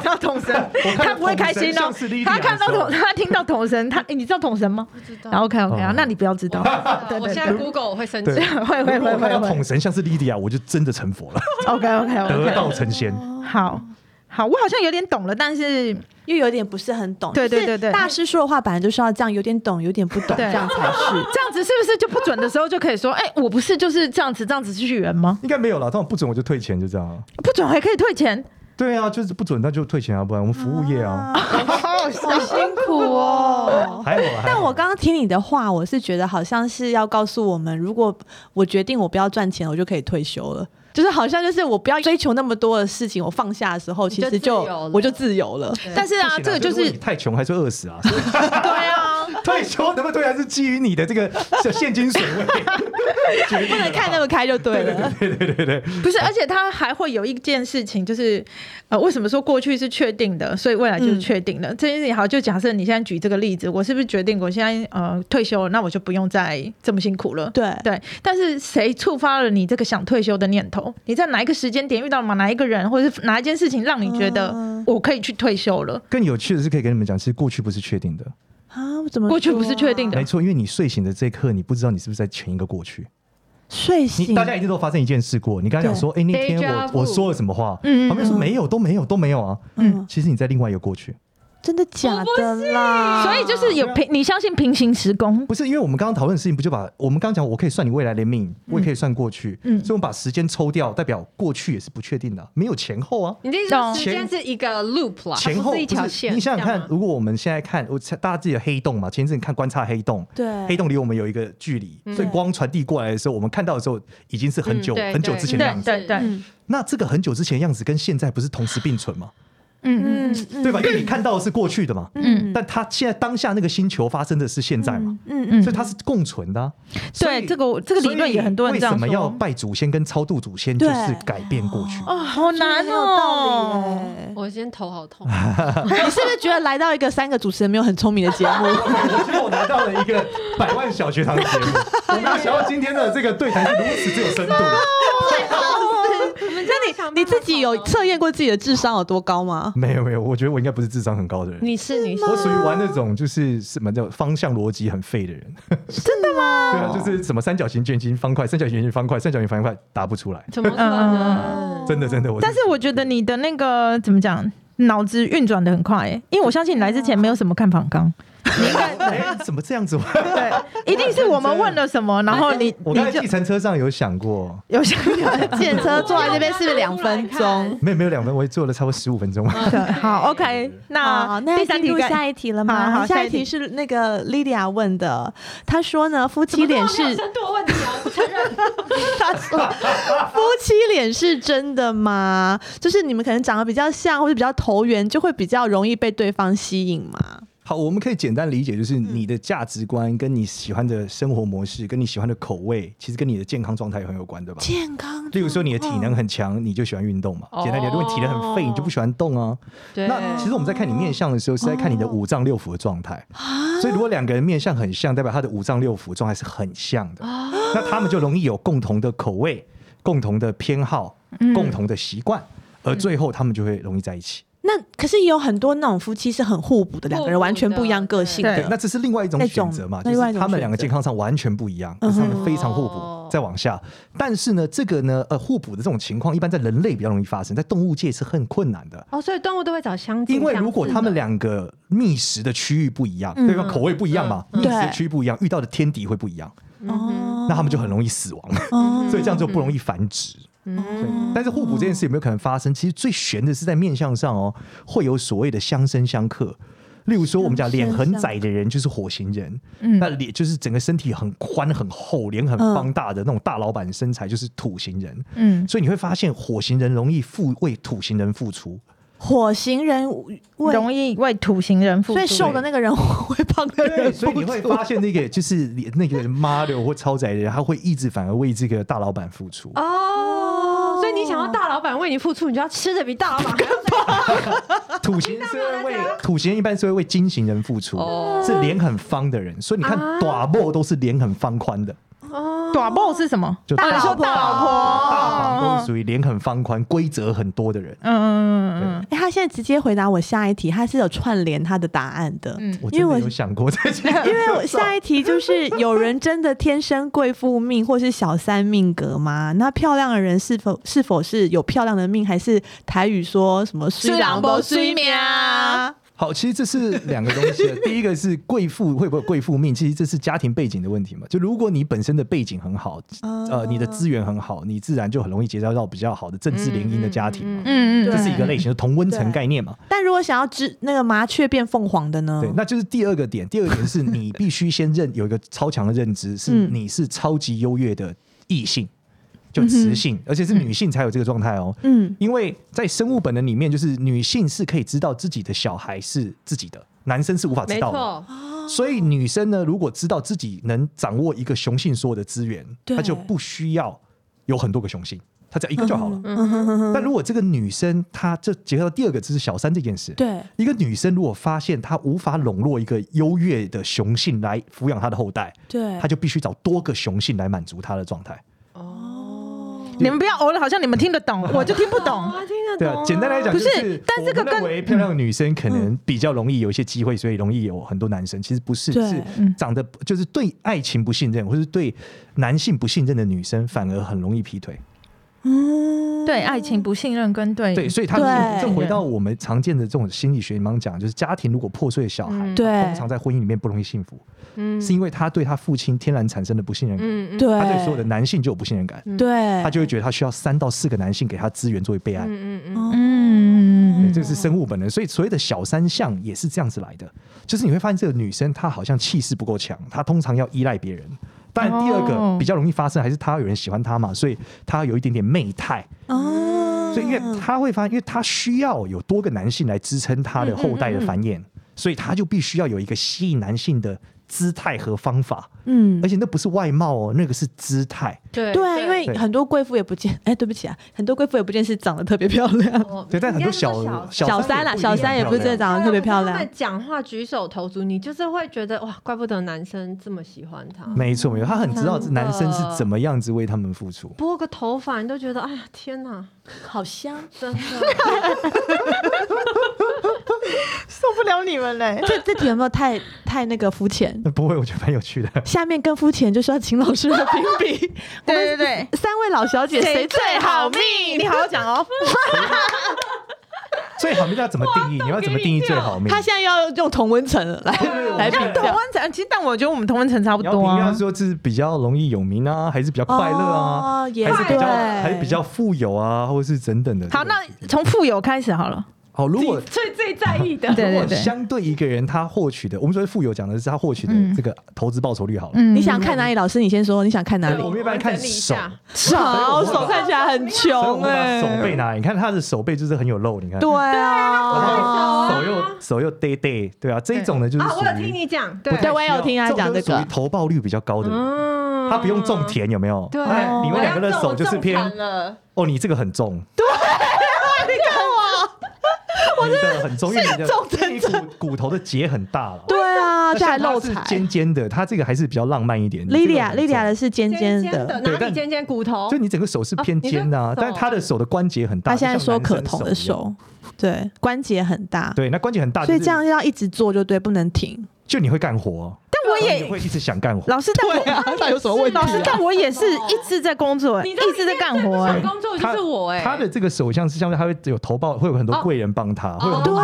S2: 到桶神，他不会开心
S3: 像
S2: 哦
S3: 是莉。莉娅
S2: 他
S3: 的时候
S2: 看到桶， 他听到桶神， 他诶你知道桶神吗？不知
S4: 道
S2: OK OK，
S3: 哦
S2: 那你不 要知道。对
S4: 我
S2: 对
S4: 现在 Google 我会生气
S3: 对，，
S2: 会会
S3: 如果
S2: 会
S3: 我看
S2: 会
S3: 到
S2: 会。
S3: 桶神像是 Lydia，我就真的成 佛了，
S2: OK OK
S3: 得
S2: OK，
S3: 道成仙。
S2: 好好，我好像有点懂了，但是
S1: 又有点不是很懂。
S2: 对
S1: 就
S2: 对
S1: 是
S2: 对对
S1: 大师说的话本来就是要这样，有点懂，有点不懂，
S2: 对
S1: 这样才是。
S2: 这样子是不是就不准的时候就可以说，哎，我不是就是这样子这样子去圆吗？
S3: 应该没有了，通常不准我就退钱，就这样啊。
S2: 不准还可以退钱，
S3: 对啊，就是不准那就退钱啊，不然我们服务业啊，
S1: 好辛苦哦。
S3: 还有 啊。还
S1: 但
S3: 好
S1: 我刚刚听你的话，我是觉得好像是要告诉我们，如果我决定我不要赚钱，我就可以退休了。就是好像就是我不要追求那么多的事情，我放下的时候，其
S4: 就
S1: 实就
S4: 自由了
S1: 我就自由了。
S2: 但是啊，
S3: 不行
S2: 这个就
S3: 如果
S2: 是
S3: 你太穷还是会饿死 啊。所以
S2: 对啊，
S3: 退休能不能退还是基于你的这个现金水位决定的嘛， 不
S1: 不能看那么开就对了。
S2: 不是，而且他还会有一件事情，就是呃，为什么说过去是确定的，所以未来就是确定
S1: 嗯
S2: 的？这件事情好，就假设你现在举这个例子，我是不是决定我现在呃退休了，那我就不用再这么辛苦 了？
S1: 对
S2: 对，但是谁触发了你这个想退休的念头？你在哪一个时间点遇到了哪一个人，或者是哪一件事情让你觉得
S1: 啊
S2: 我可以去退休了？
S3: 更有趣的是，可以跟你们讲，其实过去不是确定的，
S1: 啊，我怎么
S2: 过去
S1: 说啊
S2: 不是确定的
S3: 没错，因为你睡醒的这一刻，你不知道你是不是在前一个过去。
S1: 睡
S3: 你
S1: 醒？
S3: 大家一定都发生一件事过，你刚才讲说，哎，那天
S4: Deja vu
S3: 我我说了什么话？
S2: 嗯嗯
S3: 旁边说没有，都没有，都没有啊。
S1: 嗯
S3: 其实你在另外一个过去，
S1: 真的假的啦？
S2: 所以就是有平，你相信平行时空，
S3: 不是，因为我们刚刚讨论的事情，不就把我们刚刚讲，我可以算你未来的命，我也可以算过去，
S2: 嗯
S3: 所以我们把时间抽掉，代表过去也是不确定的啊，没有前后啊。
S4: 你的意思是
S2: 懂
S4: 时间是一个 loop 啦，
S3: 前
S4: 它
S3: 后
S4: 不是一条线。
S3: 你想想
S4: 这
S3: 看
S4: 样，吗
S3: 如果我们现在看，我大家记得黑洞嘛？前一阵看观察黑洞，
S1: 对
S3: 黑洞离我们有一个距离，所以光传递过来的时候，我们看到的时候已经是很久、
S4: 嗯对
S3: 很久之前的
S2: 对
S3: 样子。
S2: 对对，
S1: 嗯
S3: 那这个很久之前的样子跟现在不是同时并存吗？
S2: 嗯嗯，
S1: 嗯嗯
S3: 对吧？因为你看到的是过去的嘛，
S2: 嗯
S3: 但它现在当下那个星球发生的是现在嘛，
S1: 嗯
S2: 嗯
S3: 所以它是共存的啊、所以
S2: 对，这个我这个理论也很多人这
S3: 所
S2: 样
S3: 以为什么要
S2: 说。
S3: 拜祖先跟超度祖先，就
S1: 对
S3: 是改变过去。
S2: 哦，好难
S1: 很嗯有道理
S2: 哦！
S1: 耶。
S4: 我今天头好痛，
S1: 你是不是觉得来到一个三个主持人没有很聪明的节目？
S3: 我觉得我拿到了一个百万小学堂的 节目，我没有想到今天的这个对谈是如此之有深度。
S2: 哦
S4: 那
S1: 你自己有测验过自己的智商有多高吗？
S3: 没有没有，我觉得我应该不是智商很高的人，
S4: 你是你是
S3: 我属于玩那种就是什么叫方向逻辑很废的人。
S1: 真的吗？
S3: 对啊，就是什么三角形、卷形、方块、三角形、圆形、方块、三角形、方块答不出来，
S4: 怎么可能？
S3: 真的真的我。
S2: 但是我觉得你的那个怎么讲，脑子运转的很快耶，因为我相信你来之前没有什么看反纲，
S3: 你看， 哎，怎么这样子？我
S2: 对，一定是我们问了什么，然后你
S3: 我
S2: 你
S3: 刚才
S2: 就
S3: 计程车上有想过，
S2: 有想法。
S4: 嗯
S1: 检车坐在这边是不是两分钟？
S3: 没有没有两分，我也坐了差不多十五分钟。
S2: 对， 好，OK，那
S1: 好，那
S2: 第三题
S1: 进入
S2: 该
S1: 下一题了
S2: 好
S1: 吗？
S2: 好
S1: 下
S2: 下
S1: 一
S2: 一
S1: 题
S2: 题
S1: 是那个 Lydia 问的，她说呢，夫妻脸 是
S4: 深度问题啊，我不承认。
S1: 他说：“ 夫妻脸是真的吗？就是你们可能长得比较像，或者比较投缘，就会比较容易被对方吸引嘛。
S3: 好，我们可以简单理解，就是你的价值观跟你喜欢的生活模式，跟你喜欢的口味，其实跟你的健康状态也很有关，对吧？
S1: 健康，
S3: 例如说你的体能很强，你就喜欢运动嘛。简单点，如果你体能很废，你就不喜欢动啊。
S4: 对， 哦
S3: 那其实我们在看你面相的时候，是在看你的五脏六腑的状态。
S4: 啊
S3: 所以如果两个人面相很像，代表他的五脏六腑状态是很像的，
S4: 哦
S3: 那他们就容易有共同的口味、共同的偏好、
S4: 嗯
S3: 共同的习惯，而最后他们就会容易在一起。
S1: 那可是也有很多那种夫妻是很互补的，两个人完全不一样个性
S2: 对
S1: 的。
S3: 那这是另外一种
S1: 那种
S3: 选择嘛，
S1: 那
S3: 就
S1: 另
S3: 是
S1: 外一种
S3: 他们两个
S1: 选择
S3: 健康上完全不一样，可是他们非常互补
S4: 嗯哦。
S3: 再往下，但是呢，这个呢，呃，互补的这种情况一般在人类比较容易发生，在动物界是很困难的。
S4: 哦，所以动物都会找相近
S3: 因为如果他
S4: 相
S3: 们
S4: 似的
S3: 两个觅食的区域不一样，
S1: 嗯
S3: 对吧？口味不一样嘛，
S1: 嗯
S3: 觅食
S1: 对
S3: 的区域不一样，遇到的天敌会不一样，
S1: 哦
S3: 那他们就很容易死亡，
S1: 哦
S3: 所以这样就不容易繁殖。对
S4: 嗯，
S3: 但是互补这件事有没有可能发生？其实最悬的是在面相上哦，会有所谓的相生相克。例如说，我们讲脸很窄的人就是火星人，
S2: 嗯
S3: 那脸就是整个身体很宽很厚，脸很方大的那种大老板身材就是土型人。
S2: 嗯，
S3: 所以你会发现，火型人容易付为土型人付出，
S1: 火星人为
S2: 嗯容易为土型人付出，
S1: 所以瘦的那个人 会胖的人
S3: 对，
S1: 付
S3: 所以你会发现那个就是那个 model 或超载的人，他会一直反而为这个大老板付出。
S4: 哦，所以你想要大老板为你付出，你就要吃的比大 老板还要
S3: 土型是会为土型一般是会为金型人付出，
S4: 哦
S3: 是脸很方的人，所以你看
S4: 啊
S3: 短波都是脸很方宽的，
S2: 短抱是什么？
S3: 就
S2: 啊你说大老婆
S3: 大房都是属于脸很方宽、规则很多的人。
S2: 嗯嗯嗯
S1: 哎、他现在直接回答我下一题，他是有串联他的答案的。
S2: 嗯
S3: 我
S1: 因为
S3: 真
S1: 我
S3: 的有想过这件
S1: 因为我下一题就是有人真的天生贵妇命或是小三命格吗？ 那漂亮的人是否是否是有漂亮的命，还是台语说什么“虽
S2: 人不
S1: 虽啊
S2: 虽命”？
S3: 好，其实这是两个东西啊。第一个是贵妇会不会有贵妇命，其实这是家庭背景的问题嘛。就如果你本身的背景很好，呃，你的资源很好，你自然就很容易结交到比较好的政治联姻的家庭嘛。
S2: 嗯嗯，
S3: 这是一个
S1: 对
S3: 类型的同温层
S1: 对
S3: 概念嘛。
S1: 但如果想要知那个麻雀变凤凰的呢？
S3: 对，那就是第二个点。第二个点是你必须先认有一个超强的认知，是
S1: 嗯
S3: 你是超级优越的异性，就雌性，而且是女性才有这个状态哦。
S1: 嗯
S3: 因为在生物本能里面，就是女性是可以知道自己的小孩是自己的，男生是无法知
S4: 没
S3: 道的。
S4: 错，
S3: 所以女生呢，如果知道自己能掌握一个雄性所有的资源，
S1: 对
S3: 她就不需要有很多个雄性，她只要一个就好了。
S1: 嗯哼哼哼
S3: 但如果这个女生，她就结合到第二个，就是小三这件事。
S1: 对
S3: 一个女生如果发现她无法笼络一个优越的雄性来抚养她的后代，
S1: 对
S3: 她，就必须找多个雄性来满足她的状态。
S1: 哦
S2: 你们不要偶了，好像你们听得懂，我就听不 懂。
S4: 啊，听得
S3: 对
S4: 懂
S3: 啊
S4: 啊，，
S3: 简单来讲，
S2: 不是
S3: 就是
S2: 但
S3: 我
S2: 这个
S3: 们认
S2: 跟嗯
S3: 为漂亮的女生可能比较容易有一些机会，所以容易有很多男生。其实不是，
S1: 对
S3: 是
S2: 嗯
S3: 长得就是对爱情不信任，或是对男性不信任的女生，反而很容易劈腿。
S1: 嗯，
S2: 对爱情不信任跟对
S3: 对，所以他
S1: 对
S3: 这回到我们常见的这种心理学，你刚刚讲，就是家庭如果破碎的小孩，
S4: 嗯
S1: 对，
S3: 通常在婚姻里面不容易幸福，
S4: 嗯
S3: 是因为他对他父亲天然产生的不信任感，
S4: 嗯嗯
S1: 对，
S3: 他对所有的男性就有不信任感，
S1: 对，
S3: 他就会觉得他需要三到四个男性给他资源作为备案。
S4: 嗯嗯嗯，
S1: 哦
S2: 嗯
S3: 对，这个是生物本能，所以所谓的小三项也是这样子来的，就是你会发现这个女生她好像气势不够强，她通常要依赖别人。但第二
S2: 哦
S3: 个比较容易发生，还是她有人喜欢她嘛，所以她有一点点媚态，
S1: 哦，
S3: 所以因为她会发现，因为她需要有多个男性来支撑她的后代的繁衍，所以她就必须要有一个吸引男性的姿态和方法，
S1: 嗯
S3: 而。且那不是外貌哦，那个是姿态。
S4: 对
S1: 对，啊因为
S3: 对
S1: 很多贵妇也不见， 哎，对不起啊，很多贵妇也不见是长得特别漂 亮，
S4: 哦
S3: 对，但很
S4: 应
S3: 多
S4: 该
S3: 小
S4: 说
S1: 小
S3: 三
S1: 三啦，
S3: 不一
S1: 小
S3: 定
S1: 三
S3: 很
S1: 也不是
S3: 漂
S1: 真的
S3: 亮
S1: 长得特别漂
S4: 他们
S1: 亮，
S4: 讲话举手投足，你就是会觉得哇，怪不得男生这么喜欢他。
S3: 没错没错，她很知道
S4: 真的
S3: 男生是怎么样子为他们付出。
S4: 拨个头发，你都觉得哎呀天哪，
S1: 好香。
S4: 真 的
S2: 受不了你们嘞。
S1: 这这题有没有太太那个肤浅？
S3: 那不会，我觉得蛮有趣的。
S1: 下面更肤浅，就是要请老师的评比。 我们
S2: 对对对
S1: 三位老小姐谁最好命？
S2: 你好好讲哦。
S3: 最好命要怎么定义？你要怎么定义最好命？
S1: 她现在要用同温层了来来比
S2: 像同
S4: 啊
S1: 较。
S2: 温层，其实但我觉得我们同温层差不
S3: 你要评
S2: 多
S3: 价
S2: 啊。
S3: 说这是比较容易有名啊，还是比较快乐啊，
S1: 哦也
S3: 还是比较
S1: 对
S3: 还是比较富有啊，或者是等等的。
S2: 好，那从富有开始好了。
S3: 好，如果
S4: 最最在意的。
S2: 对
S3: 哎如
S2: 对
S3: 果
S2: 对，
S3: 相对一个人他获取的，我们所谓富有讲的是他获取的
S1: 嗯
S3: 这个投资报酬率好了。
S2: 嗯
S1: 你想看哪里？老师，你先说，你想看哪
S4: 嗯
S3: 我
S1: 里？
S3: 们一般看
S4: 我整理一
S3: 手，
S4: 下
S1: 手手看起来很
S3: 所以我
S1: 穷
S3: 们把
S1: 哎，
S3: 手背拿来，你看他的手背就是很有肉，你看，
S1: 对啊，
S3: 手又手又呆呆，对啊，这种呢就是
S4: 啊，
S3: 属
S4: 我有听
S3: 于，
S4: 你讲，
S3: 不
S4: 对
S3: 太，
S1: 对我也有
S3: 需要
S1: 听他讲
S3: 种就是
S1: 这个
S3: 属于投报率比较高的人，
S4: 嗯
S3: 他不用种，田，有
S1: 嗯
S3: 没有？
S1: 哦
S4: 对
S3: 哎，你们两个的手就是偏
S4: 我要种我种惨了，
S3: 哦，你这个很重， 对，你看我，我的很重，因为你的
S1: 重真
S3: 你骨骨头的结很大了，
S1: 对啊，
S3: 那
S1: 这还
S3: 像它
S1: 漏
S3: 是
S1: 财啊
S3: 尖。尖的，它这个还是比较浪漫一点。你这个
S1: Lilia
S3: 很重
S1: Lilia 的是尖尖
S4: 尖
S1: 的
S4: 的，，
S3: 对
S4: 哪
S3: 但
S4: 里尖尖骨头
S3: 就？你整个手是偏尖的
S4: 哦
S3: 啊
S4: 你，的手
S3: 但是他的手的关节很大，
S1: 他现在
S3: 就像
S1: 说
S3: 男生
S1: 可彤的
S3: 一样，
S1: 手，对，关节很大，
S3: 对，那关节很大，
S1: 所以
S3: 就是
S1: 这样要一直做就对，不能停。
S3: 就你会干活，啊
S2: 但我
S3: 然后你
S2: 也
S3: 会一直想干活。
S2: 老师，但我
S3: 啊
S2: 哎
S1: 他有什么问
S2: 老师，但我也是一直在工作，
S4: 你
S2: 一直在干活。
S4: 想
S2: 哎
S4: 工作
S3: 他
S4: 就是我哎，
S3: 他的这个手相是相对，他会有投报，会有很多
S4: 哦
S3: 贵人帮他，会有很
S1: 哦对
S3: 多。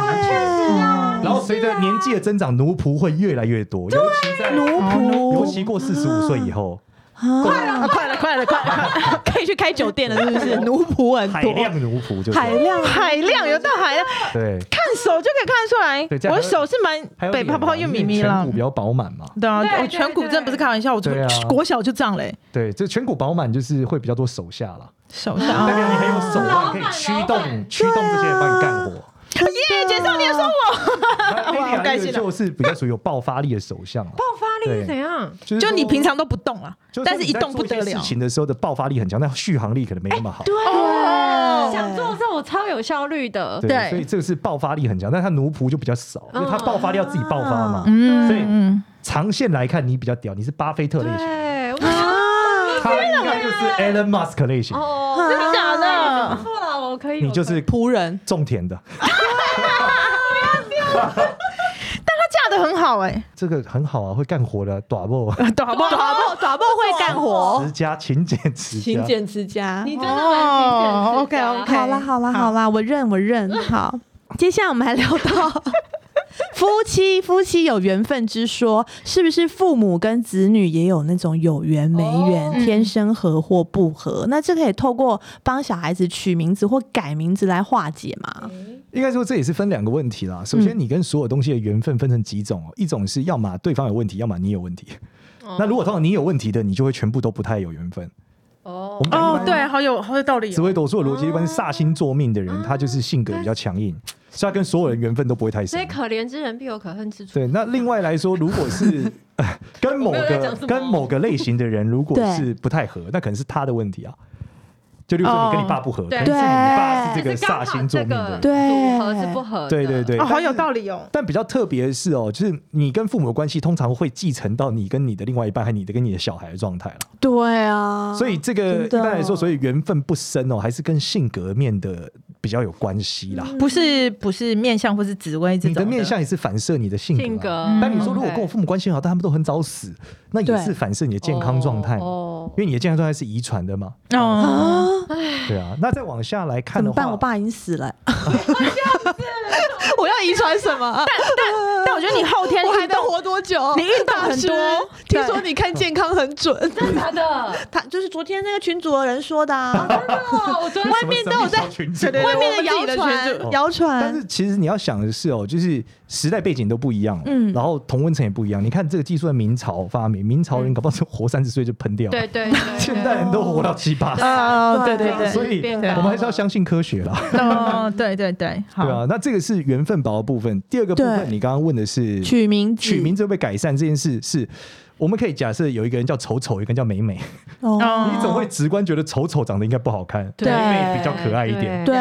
S1: 啊
S3: 然后随着年纪的增长，奴仆会越来越多，
S2: 啊
S3: 尤其在
S1: 奴
S3: 尤
S1: 仆
S3: 其过四十五岁以后，
S1: 啊，
S2: 快了，快了，快了！
S1: 可以去开酒店了，是不 是？奴仆很
S3: 海
S1: 多，
S3: 量奴仆就 是
S1: 海量
S2: 海量有到海量，
S3: 对，
S2: 看手就可以看得出
S3: 对这
S2: 来，
S3: 样
S2: 我的手是
S3: 还
S2: 蛮
S3: 有
S2: 北
S3: 脸
S2: 泡泡
S3: 嘛
S2: 又
S3: 因为
S2: 咪咪
S3: 颧
S2: 了
S3: 骨比。较饱满嘛，
S2: 对啊
S4: 对，
S2: 我
S4: 对
S2: 颧骨
S4: 对
S2: 真的不是开玩笑，我从
S3: 对啊
S2: 国小就这样嘞，
S3: 对，这颧骨饱满就是会比较多手下啦，
S2: 手
S3: 代
S2: 上。
S3: 表你很有手腕可以驱动驱动这些人帮你干活。
S1: 耶！哎介绍你说我
S3: 那莉
S2: 好
S3: 亚
S2: 开
S3: 这
S2: 心
S3: 个
S2: 啊
S3: 就是比较属于有爆发力的手相啊，
S4: 爆发力是怎样？
S3: 就
S2: 就你平
S3: 常，
S2: 常都不动了，
S3: 就
S2: 但
S3: 说
S2: 是
S3: 你
S2: 一
S3: 在
S2: 动不
S3: 做
S2: 得
S3: 一些
S2: 了
S3: 事。情的时候的爆发力很强，但续航力可能没那么好。
S2: 哦
S1: 对
S4: 想做的时候我超有效率的，
S2: 对
S3: 所以这个是爆发力很强，但他奴仆就比较少，因为他爆发力要自己爆发嘛。
S2: 嗯
S3: 所以
S2: 嗯，
S3: 长线来看，你比较屌，你是巴菲特类型，
S4: 对，我
S1: 啊，
S3: 他应该就是 Elon Musk 类型，
S4: 哦，
S2: 真的假
S4: 不
S2: 的？
S4: 错了，啊我可以，
S3: 你就
S4: 我可以
S3: 是
S1: 仆人
S3: 种田的。
S2: 他嫁的很好 哎，
S3: 这个很好啊，会干活的短布，
S2: 懂啊好不好？
S1: 打
S3: 哦
S1: 破打破会干活
S3: 持，家勤俭持
S1: 哦勤
S3: 家。
S1: 俭持家。
S4: 你真的蛮
S2: 哦
S4: 勤俭持
S2: ，OK，OK
S4: 家
S1: 好啦，好啦，
S2: 好
S1: 好啦，我认，我认。好，接下来我们还聊到 夫妻，夫妻有缘分之说，是不是父母跟子女也有那种有缘没缘、
S4: 哦
S1: 天生合或不合？那这可以透过帮小孩子取名字或改名字来化解吗？
S3: 应该说这也是分两个问题啦。首先，你跟所有东西的缘分分成几种哦，一种是要么对方有问题，要么你有问题。那如果通常你有问题的，你就会全部都不太有缘分。
S4: 哦
S3: 我，们讲，
S2: 哦
S3: 一般
S2: 对，好有好有道理
S3: 紫
S2: 哦。
S3: 微斗数的逻辑，一般是煞星作命的人，他就是性格比较强硬，所以他跟所有人缘分都不会太
S4: 所
S3: 深
S4: 以。可怜之人必有可恨之处。
S3: 对，那另外来说，如果是跟某
S4: 我没有在
S3: 个
S4: 讲什么
S3: 跟某个类型的人，如果
S1: 对
S3: 是不太合，那可能是他的问题啊。就例如说，你跟你爸不合，可
S4: 对
S3: 能是你爸是这
S4: 这
S3: 个煞星座命的人。
S1: 对
S4: 组合是不合的，
S3: 对对对，
S2: 哦，好有
S3: 但是
S2: 道理哦。
S3: 但比较特别的是哦，就是你跟父母的关系通常会继承到你跟你的另外一半，还有你的跟你的小孩的状态了。
S1: 对啊，
S3: 所以这个一
S1: 真的
S3: 般来说，所以缘分不深哦，还是跟性格面的比较有关系啦。
S2: 不是不是面相或是紫薇这
S3: 你
S2: 种
S3: 的面相也是反射你的性格啊、
S4: 性格。
S2: 嗯
S3: 但你说如果跟我
S4: OK
S3: 父母关系很好，但他们都很早死，那也
S1: 对
S3: 是反射你的健康状态嘛。
S4: 哦哦
S3: 因，为你的健康状态是遗传的嘛。
S2: 哦，
S1: 啊，
S3: 对啊，那再往下来看
S1: 怎
S3: 的
S1: 么办？
S3: 话
S1: 我，爸已经死了，我要遗传什么啊？
S2: 但我觉得你后天
S1: 我还
S2: 运
S1: 能
S2: 动，
S1: 活多久？
S2: 你运动很多
S1: 大师听
S2: 对
S1: 说你看健康很准，
S4: 真的假的？
S1: 他就是昨天那个群主的人说的 啊，
S4: 哦，我昨 天
S1: 外面都有在
S3: 群
S2: 对对对
S1: 外面的
S2: 我们自己
S1: 谣
S2: 的群
S1: 传，
S3: 主
S1: 谣
S3: 但
S1: 传
S3: 是其实你要想的是哦，就是时代背景都不一样，
S1: 嗯
S3: 嗯，然后同温层也不一样。你看这个技术在明朝发明，明朝人搞不好就活三十岁就喷掉了，
S4: 对对对，
S3: 现代人都活到七八十，
S2: 啊，对对
S1: 对
S2: 对
S3: 所以
S4: 变
S3: 我
S4: 高了
S3: 们还是要相信科学啦。
S2: 哦，对对对，好，
S3: 对啊，那这个是缘分薄的部分。第二个部分
S1: 对，
S3: 你刚刚问的是
S1: 取名字
S3: 取名字会不会改善这件
S1: 嗯
S3: 事，是我们可以假设有一个人叫丑丑，一个人叫美美，
S1: 哦，
S2: 哦
S3: 你总会直观觉得丑丑长得应该不好看，
S1: 对
S3: 美美比较可爱一点。
S1: 对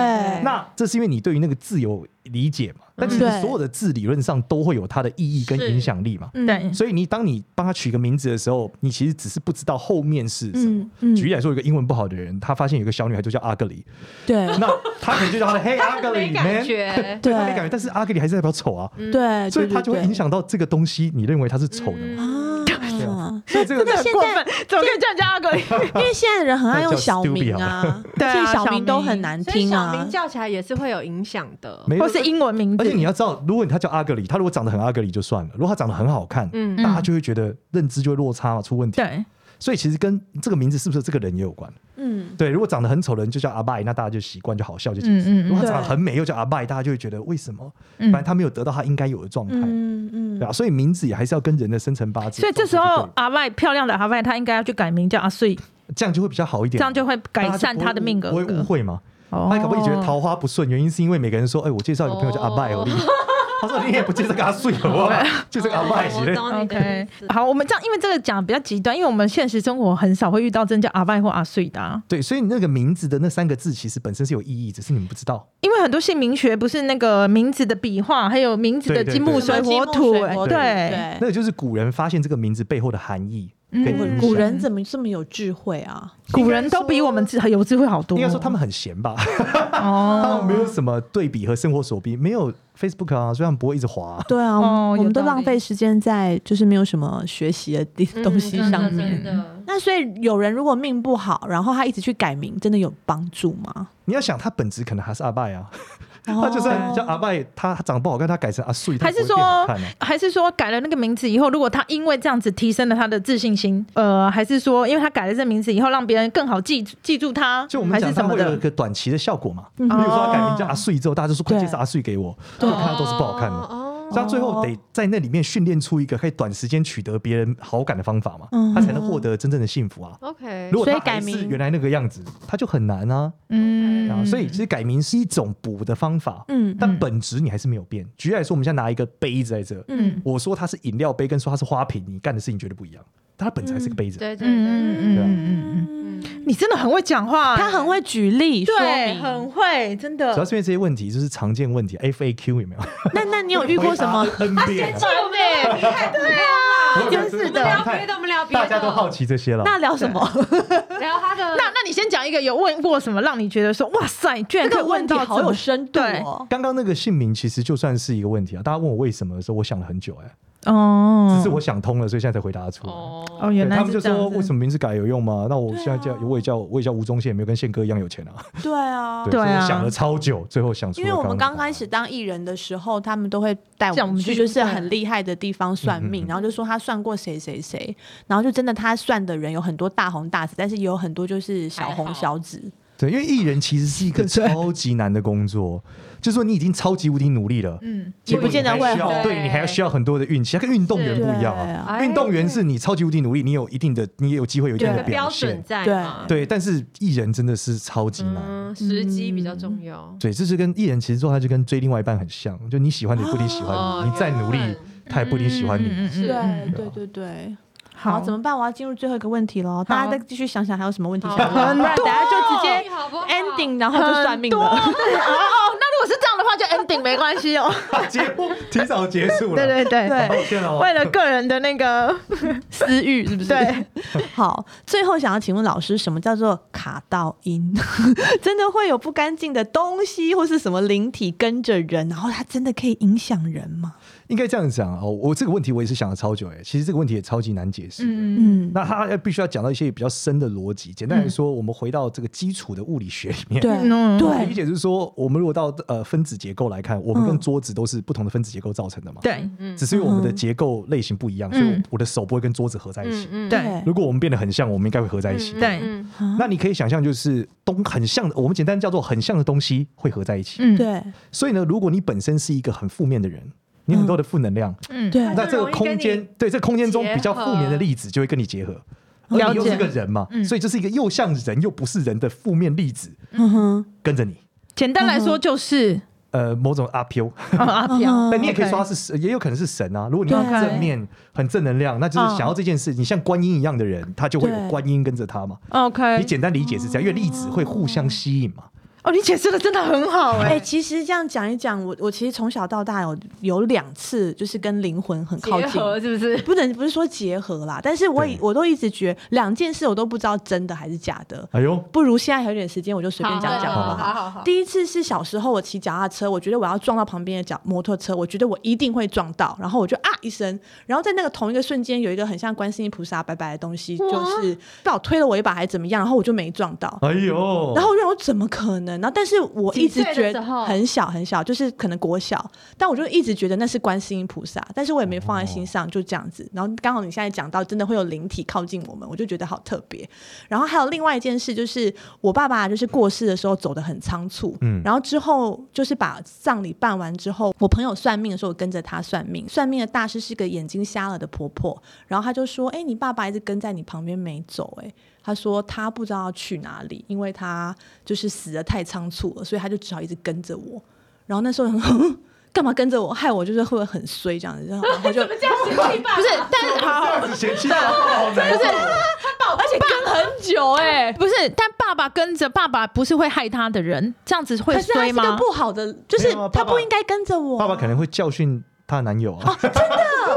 S3: 那这是因为你对于那个字有理解嘛？但其实
S1: 嗯对
S3: 所有的字理论上都会有它的意义跟
S4: 是
S3: 影响力嘛。
S1: 嗯
S2: 对，
S3: 所以你当你帮他取一个名字的时候，你其实只是不知道后面是什么
S1: 嗯。嗯
S3: 举例来说，有一个英文不好的人，他发现有一个小女孩就叫阿格里，
S1: 对
S3: 那他可能就叫 她 Hey 阿格里
S4: 没
S3: man，
S4: 感觉，
S1: 对
S3: 他没感觉，但是阿格里还是代表丑啊，
S1: 对对，
S3: 所以他
S1: 对
S3: 就会
S1: 对
S3: 影响到这个东西，你认为它是丑的嘛？对
S1: 啊
S3: 啊。所以这个
S1: 那
S2: 很
S1: 现
S2: 过
S1: 在
S2: 分，怎么可以叫人家阿哥？
S3: 哎
S1: 因为现在的人很爱用
S3: 那叫
S1: 小名
S3: Stupid
S1: 啊，
S2: 对啊
S1: 所以小
S2: 小
S1: 名都
S2: 名
S1: 很难
S4: 所以
S1: 听
S4: 小
S1: 啊
S4: 名。叫起来也是会有影响的。
S3: 没有
S2: 或是英文名
S3: 而且你
S2: 字？
S3: 要知道，如果他叫阿格里，他如果长得很阿格里就算了，如果他长得很好看，
S4: 嗯
S3: 大家就会觉得认知就会落差嘛，出问题。
S2: 对，
S3: 所以其实跟这个名字是不是这个人也有关。
S1: 嗯，
S3: 对，如果长得很丑的人就叫阿拜，那大家就习惯就好笑就
S2: 嗯
S3: 结束。
S2: 嗯
S3: 如果
S2: 嗯
S3: 他长得很美又叫阿拜，大家就会觉得为什么？
S2: 嗯
S3: 反正他没有得到他应该有的状态，
S1: 嗯嗯
S3: 对啊，所以名字也还是要跟人的生辰八字。
S2: 所以这时候阿外漂亮的阿外，她应该要去改名叫阿穗，
S3: 这样就会比较好一点，
S2: 这样就会改善
S3: 大家
S2: 她
S3: 就
S2: 的
S3: 不会
S2: 命格。
S3: 不会误会嘛。
S2: 哦
S3: 他可不可以觉得桃花不顺？原因是因为每个人说，哎、我介绍一个朋友叫阿拜哦，
S4: 哦
S3: 你 他说你也不介绍给他睡好不 好？介绍给阿拜之类的。
S4: 哦我懂你的意
S2: OK，
S4: 思
S2: 好，我们这样，因为这个讲比较极端，因为我们现实生活很少会遇到真叫阿拜或阿穗的、啊，
S3: 对，所以那个名字的那三个字其实本身是有意义，只是你们不知道。
S2: 因为很多姓名学不是那个名字的笔画，还有名字的
S3: 对对
S2: 金木
S3: 对
S2: 水火
S1: 金木
S2: 土，
S1: 水
S2: 哎
S1: 火土
S2: 对，
S3: 那个就是古人发现这个名字背后的含义跟
S2: 嗯
S3: 影响。
S1: 古人怎么这么有智慧啊？
S2: 古人都比我们智有智慧好多。
S3: 应该说他们很闲吧，他
S2: 哦，
S3: 们没有什么对比和生活所逼，没有 Facebook 啊，所以他们不会一直滑、
S1: 对啊，
S2: 哦
S1: 我们都
S2: 有道理
S1: 浪费时间在就是没有什么学习的地
S4: 嗯
S1: 东西上面。
S4: 真的真的
S1: 那所以有人如果命不好，然后他一直去改名，真的有帮助吗？
S3: 你要想，他本质可能还是阿拜啊，
S1: 他
S2: 哦
S3: 他就算叫阿拜，他长得不好看，他改成阿睡，他
S2: 还
S3: 也不
S2: 是
S3: 会变好
S2: 说
S3: 看啊。，
S2: 还是说改了那个名字以后，如果他因为这样子提升了他的自信心，呃，还是说因为他改了这名字以后，让别人更好记记住他，
S3: 就我们
S2: 还
S3: 讲
S2: 是
S3: 它
S2: 什么
S3: 会有一
S2: 的？
S3: 个短期的效果嘛，比
S1: 嗯
S3: 如说他改名叫阿穗之后，大家就说快
S1: 对
S3: 介绍阿穗给我，结果看到都是不好看的，
S4: 哦
S3: 所以他最后得在那里面训练出一个可以短时间取得别人好感的方法嘛
S1: 嗯，
S3: 他才能获得真正的幸福啊。
S4: 哦 OK，
S3: 如果他
S1: 所以改
S3: 还是
S1: 名
S3: 原来那个样子，他就很难啊。
S2: 嗯
S3: 对啊，所以其实改名是一种补的方法，
S1: 嗯
S3: 但本质你还是没有变。举例来说，我们现在拿一个杯子在这，
S1: 嗯
S3: 我说它是饮料杯，跟说它是花瓶，你干的事情绝对不一样，但它本质还是个杯子。
S4: 对对对
S2: 嗯嗯
S4: 对
S2: 嗯
S3: 对啊
S2: 嗯嗯
S1: 嗯，
S2: 嗯，你真的很会讲话，
S1: 他很会举例说
S2: 对，
S1: 明。
S2: 很会，真的
S3: 主要。是因为这些问题就是常见问题，FAQ 有没有？
S1: 那那你有遇过什么？
S3: NBA？
S4: 对哎对啊，
S3: 我
S2: 真是
S4: 我们聊
S3: 太
S4: 别的，我们聊别的，
S3: 大家都好奇这些了。
S1: 那聊什么？
S4: 聊他的
S2: 那那你先讲一个有问过什么让你觉得说哇塞， 居然
S1: 这
S2: 可以
S1: 个问
S2: 问
S1: 题
S2: 到
S1: 好
S2: 这么
S1: 有深度哦。
S3: 刚刚那个姓名其实就算是一个问题啊，大家问我为什么的时候，我想了很久、哎、
S1: 嗯
S2: 哦，
S3: 只是我想通了，所以现在才回答出来。
S2: 哦，
S4: 哦，
S3: 对
S2: 原来
S3: 他
S2: 是
S3: 们就
S2: 这样
S3: 说
S2: 子
S3: 为什么名字改有用吗？那我
S1: 对啊
S3: 现在叫我也叫我也叫吴宗宪，没有跟宪哥一样有钱啊。
S1: 对啊，
S3: 所以
S2: 对啊
S3: 我想了超久，最后想出
S1: 因
S3: 了啊
S1: 为我们刚
S3: 刚
S1: 开始当艺人的时候，他们都会带
S2: 叫
S1: 我
S2: 我
S1: 们
S2: 们
S1: 去，
S2: 去
S1: 就是
S2: 算
S1: 很厉害的地方算
S3: 嗯
S1: 命，然后就说他算过谁谁谁，然后就真的他算的人有很多大红大紫，但是也有很多就是小红小紫。
S3: 对，因为艺人其实是一个超级难的工作，就是说你已经超级无敌努力了，
S2: 嗯，
S3: 结果
S1: 也不见得
S3: 你还
S1: 会
S3: 需要
S4: 红
S3: 对你还要需要很多的运气，它跟运动员不一样
S1: 对啊
S3: 啊。
S4: 哎
S3: 运动员是你超级无敌努力，你有一定的，你也有机会有一定
S4: 有
S3: 的
S4: 个标
S3: 表
S4: 准
S3: 现。
S4: 在
S1: 对
S4: 嘛？
S3: 对，但是艺人真的是超级难。
S4: 嗯，时机比较重要。
S3: 对，这是跟艺人其实状态就跟追另外一半很像，就你喜欢的也不一定喜欢你，
S4: 哦
S3: 你再努力
S4: 原本
S3: 他也不一定喜欢你。
S2: 嗯嗯嗯嗯
S4: 是
S1: 对
S2: 嗯
S3: 啊
S1: 对对对，好，
S2: 好，
S1: 怎么办？我要进入最后一个问题喽，大家再继续想想还有什么问题
S3: 嗯
S1: 想
S4: 好
S1: 问，不然等下就直接
S4: 好不好
S1: ending，然后就算命了。
S2: 哦哦，那如果是这样的话，就 ending 没关系哦。
S3: 啊节目提早结束了，
S2: 对对对
S1: 对
S3: 抱歉哦。
S2: 为了个人的那个，
S1: 私欲是不是？
S2: 对，
S1: 好，最后想要请问老师，什么叫做卡到音？ 真的会有不干净的东西或是什么灵体跟着人，然后它真的可以影响人吗？
S3: 应该这样讲哦。我这个问题我也是想了超久哎、其实这个问题也超级难解释。
S2: 嗯，
S1: 嗯，
S3: 那他必须要讲到一些比较深的逻辑。简单来说，我们回到这个基础的物理学里面，
S1: 对
S2: 嗯
S3: 理
S1: 对
S3: 解就是说，我们如果到呃分子结构来看，我们跟
S1: 嗯
S3: 桌子都是不同的分子结构造成的嘛。
S2: 对
S4: 嗯
S3: 只是因为我们的
S1: 嗯
S3: 结构类型不一样，所以我
S2: 嗯
S3: 我的手不会跟桌子合在一起。
S4: 嗯
S2: 对
S3: 如果我们变得很像，我们应该会合在一起。
S2: 对
S4: 嗯
S1: 啊
S3: 那你可以想象，就是东很像的，我们简单叫做很像的东西会合在一起。
S2: 嗯，
S1: 对
S3: 所以呢，如果你本身是一个很负面的人，你很多的负能量，
S2: 嗯，
S1: 对
S3: 在这个空间，对这个空间中
S4: 结合
S3: 比较负面的例子就会跟你结合。而
S2: 了
S3: 你又
S2: 解
S3: 是个人嘛，
S2: 嗯
S3: 所以这是一个又像人又不是人的负面例子
S1: 嗯哼，
S3: 跟着你。
S2: 简单来说就是
S3: 呃，某种阿 Q，
S2: 哦阿飘，
S1: 嗯
S3: 但你也可以
S2: OK
S3: 说他是神，也有可能是神啊。如果你是
S1: 对嗯
S3: 正面、很正能量，那就是想要这件事，你像观音一样的人，他就会有
S1: 对
S3: 观音跟着他嘛。
S2: OK，
S3: 你简单理解是这样，因为粒子会互相吸引嘛。
S2: 哦，你解释的真的很好
S1: 哎、
S2: 哎，
S1: 其实这样讲一讲，我我其实从小到大有有两次就是跟灵魂很靠
S4: 结
S1: 近，
S4: 合是不是？
S1: 不能不是说结合啦，但是我以
S3: 对
S1: 我都一直觉两件事我都不知道真的还是假的，
S3: 哎呦，
S1: 不如现在还有点时间，我就随便讲讲
S4: 好
S1: 好不
S4: 好
S1: 好？
S4: 好好。
S1: 第一次是小时候我骑脚踏车，我觉得我要撞到旁边的脚摩托车，我觉得我一定会撞到，然后我就啊一声，然后在那个同一个瞬间有一个很像观世音菩萨白白的东西，就是不好推了我一把还怎么样，然后我就没撞到。
S3: 哎呦，
S1: 然后我就想我怎么可能呢？但是我一直
S4: 几岁的
S1: 觉
S4: 时
S1: 得
S4: 候
S1: 很小很小，就是可能国小，但我就一直觉得那是观世音菩萨，但是我也没放在心上，就这样子。然后刚好你现在讲到，真的会有灵体靠近我们，我就觉得好特别。然后还有另外一件事，就是我爸爸就是过世的时候走得很仓促，
S3: 嗯
S1: 然后之后就是把葬礼办完之后，我朋友算命的时候，我跟着他算命，算命的大师是个眼睛瞎了的婆婆，然后他就说：“哎、你爸爸一直跟在你旁边没走、哎。”他说他不知道要去哪里，因为他就是死的太仓促了，所以他就只好一直跟着我。然后那时候很 干嘛跟着我，害我就是会很衰这样子，然后然后就
S4: 这样嫌弃爸
S2: 不是，但是
S3: 这样子嫌弃爸爸好 难过。
S1: 而且跟很久哎、
S2: 欸不是，但爸爸跟着爸爸不是会害他的人，这样子会
S1: 可是他
S2: 衰
S1: 是个
S2: 吗？
S1: 不好的，就是
S3: 没有啊
S1: 他
S3: 爸爸
S1: 不应该跟着我。
S3: 爸爸可能会教训她男友
S1: 哦
S3: 啊。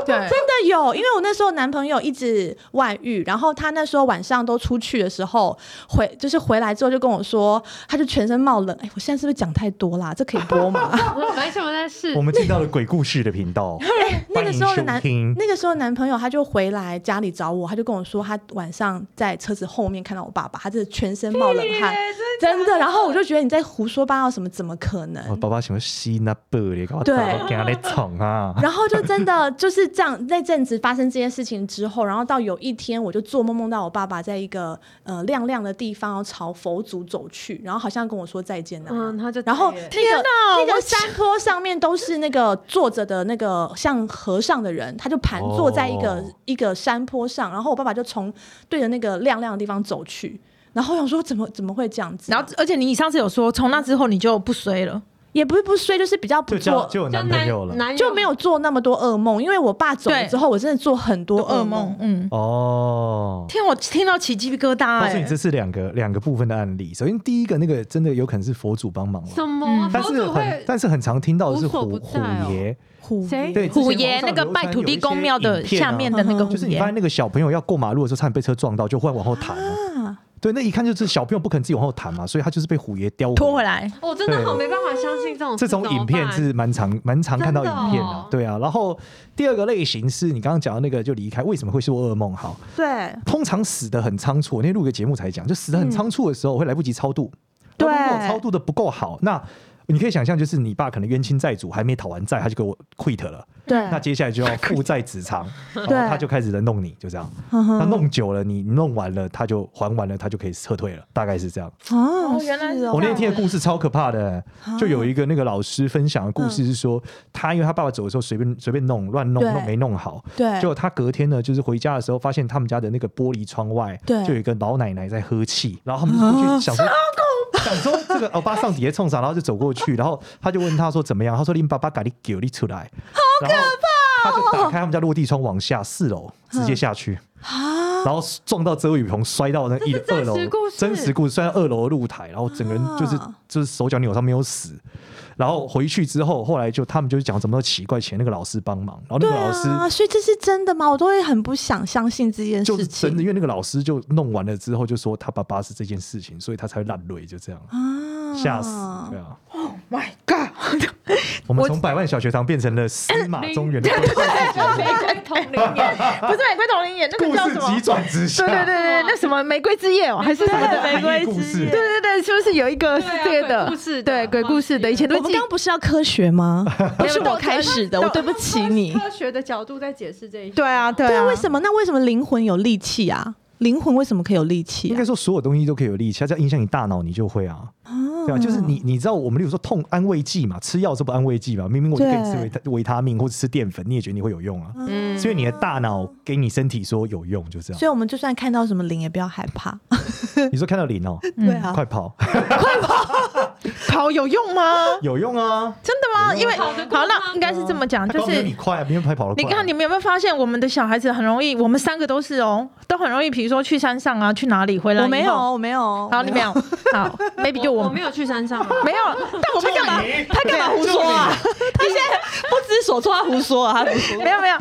S2: 对
S1: 真的有，因为我那时候男朋友一直外遇，然后他那时候晚上都出去的时候，回就是回来之后就跟我说，他就全身冒冷。哎，我现在是不是讲太多啦？这可以播吗？
S4: 爸，没什么那是
S3: 我们进到了鬼故事的 频道，
S1: 那个时候的
S3: 欢迎收
S1: 男
S3: 听
S1: 那个时候男朋友他就回来家里找我，他就跟我说他晚上在车子后面看到我爸爸，他真的全身冒冷 汗，真的。然后我就觉得你在胡说八道，什么怎么可能？
S3: 哦我爸爸喜欢吸那布的，
S1: 对
S3: 给他来宠 啊。
S1: 然后就真的就是这样，那阵子发生这件事情之后，然后到有一天，我就做梦梦到我爸爸在一个呃亮亮的地方，然后朝佛祖走去，然后好像跟我说再见那样。
S4: 嗯，他就
S1: 然后那
S4: 对
S1: 个
S2: 哪
S1: 那
S2: 我
S1: 个山坡上面都是那个坐着的那个像和尚的人，他就盘坐在一个、
S3: 哦
S1: 一个山坡上，然后我爸爸就从对着那个亮亮的地方走去，然后我想说怎么怎么会这样子啊、
S2: 然后，而且你上次有说，从那之后你就不衰了，
S1: 也不是不衰，就是比较不
S3: 就交
S1: 做
S3: 就有
S4: 就
S3: 男朋
S4: 男
S3: 友了
S4: 男友
S1: 就没有做那么多噩梦，因为我爸走了
S2: 对
S1: 之后，我真的做很多噩
S2: 噩
S1: 梦
S2: 梦。。嗯，
S3: 哦。
S2: 天，我听到起鸡皮疙瘩
S3: 告
S2: 哎、
S3: 诉你，这是两个两个部分的案例。首先，第一个那个真的有可能是佛祖帮忙了，
S4: 什么，
S3: 但是很但是很常听到的是
S4: 无所
S3: 虎
S4: 不
S3: 虎
S4: 在哦
S3: 爷，
S1: 虎
S4: 谁
S3: 对，
S2: 虎
S3: 之前
S2: 爷
S3: 网上
S2: 那个
S3: 流传
S2: 卖土
S3: 有
S2: 地
S3: 一
S2: 公
S3: 些
S2: 庙的
S3: 影片啊
S2: 下面的那个虎
S3: 就是你
S2: 爷
S3: 发，现那个小朋友要过马路的时候，差点被车撞到，就忽然往后弹了。
S1: 啊，
S3: 对，那一看就是小朋友不可能自己往后弹嘛，所以他就是被虎爷叼
S2: 拖回
S3: 来。
S2: 来，
S4: 我哦真的好没办法相信这种
S3: 这种影片是蛮常蛮常看到影片的、
S4: 真的哦
S3: 对啊。然后第二个类型是你刚刚讲的那个，就离开为什么会做噩梦？好，
S1: 对
S3: 通常死的很仓促，我那天录个节目才讲，就死的很仓促的时候会来不及超度。
S1: 对
S3: 那如果超度的不够好，那你可以想象，就是你爸可能冤亲债主还没讨完债，他就给我 quit 了，
S1: 对，
S3: 那接下来就要负债 子偿，然后他就开始来弄你，就这样。
S1: 嗯哼
S3: 那弄久了，你你弄完了，他就还完了，他就可以撤退了，大概是这样。
S1: 哦，
S2: 原来是
S1: 是哦
S3: 我那天听的故事超可怕的，就有一个那个老师分享的故事是说，他因为他爸爸走的时候随便随便弄乱弄
S1: 嗯对
S3: 弄没弄好，
S1: 对
S3: 结果他隔天呢，就是回家的时候发现他们家的那个玻璃窗外，
S1: 对
S3: 就有一个老奶奶在喝气，然后他们就过去想说。想说这个欧哦巴上底下冲啥，然后就走过去，然后他就问他说怎么样？他说你爸爸赶紧给你出来，好可怕、他就打开他们家落地窗往下四楼直接下去，
S1: 啊，
S3: 然后撞到遮雨棚，摔到那一
S4: 这是真
S3: 二
S4: 实
S3: 楼
S4: 故，事
S3: 真实故事摔到二楼的露台，然后整个人就是、
S1: 啊
S3: 就是手脚扭伤没有死。然后回去之后，后来就他们就讲怎么都奇怪，请那个老师帮忙，然后那
S1: 对
S3: 个老师。
S1: 啊，所以这是真的吗？我都会很不想相信这件
S3: 就是
S1: 事
S3: 真的，
S1: 情
S3: 因为那个老师就弄完了之后就说他爸爸是这件事情，所以他才会烂泪，就这样
S1: 啊，
S3: 吓死，对啊。
S2: ，My Oh God，
S3: 我们
S2: 我
S3: 从百万小学堂变成了司马中原的鬼故事 节目，
S4: 玫瑰同龄年，
S2: 不是玫瑰童林演 那
S3: 故
S2: 个叫
S3: 事
S2: 什
S3: 急
S2: 么？
S3: 转直下，
S2: 对对对对，那什么玫瑰之夜哦，还是什么
S3: 对
S2: 的？
S3: 对
S2: 对
S3: 对
S4: 玫
S3: 故
S4: 瑰
S3: 事
S4: 之夜。
S2: 对对，是不是有一个是这
S4: 对
S2: 个
S4: 鬼故事的
S2: 对鬼故事的，以前都
S1: 我
S2: 是
S1: 们
S2: 记
S1: 刚刚不是要科学吗？不是我开始的，我对不起你。
S4: 科学的角度在解释这一
S2: 对啊对
S1: 对啊，
S2: 啊，
S1: 为什么？那为什么灵魂有力气啊？灵魂为什么可以有力气
S3: 应
S1: 啊
S3: 该？说所有东西都可以有力气，它只要影响你大脑，你就会啊。对啊，就是你你知道我们例如说痛安慰剂嘛，吃药是不安慰剂嘛？明明我就
S1: 对
S3: 跟你吃维他维他命或者吃淀粉，你也觉得你会有用啊，
S4: 嗯
S3: 所以你的大脑给你身体说有用，就
S1: 所
S3: 这样。
S1: 以我们就算看到什么灵，也不要害怕。
S3: 你说看到零哦，
S1: 对啊，
S3: 快跑，
S2: 跑嗯有用吗？
S3: 有用啊！
S2: 真的吗？因为
S4: 跑得过
S2: 好，
S4: 吗
S2: 那应该是这么讲，
S3: 它
S2: 就
S3: 光没有
S2: 是
S3: 你快啊，没有拍跑得快
S2: 你
S3: 啊。
S2: 看，你们有没有发现，我们的小孩子很容易，我们三个都是哦，都很容易，比如说去山上啊，去哪里回来？
S1: 我没有，，我没有。
S2: 好，你没有，好，maybe 就
S4: 我
S2: 我
S4: 我没有去山上啊，
S2: 没有，但我们干嘛？
S1: 他干嘛胡说啊？他现在不知所措，他胡说啊，他胡 说。
S2: 没有没有，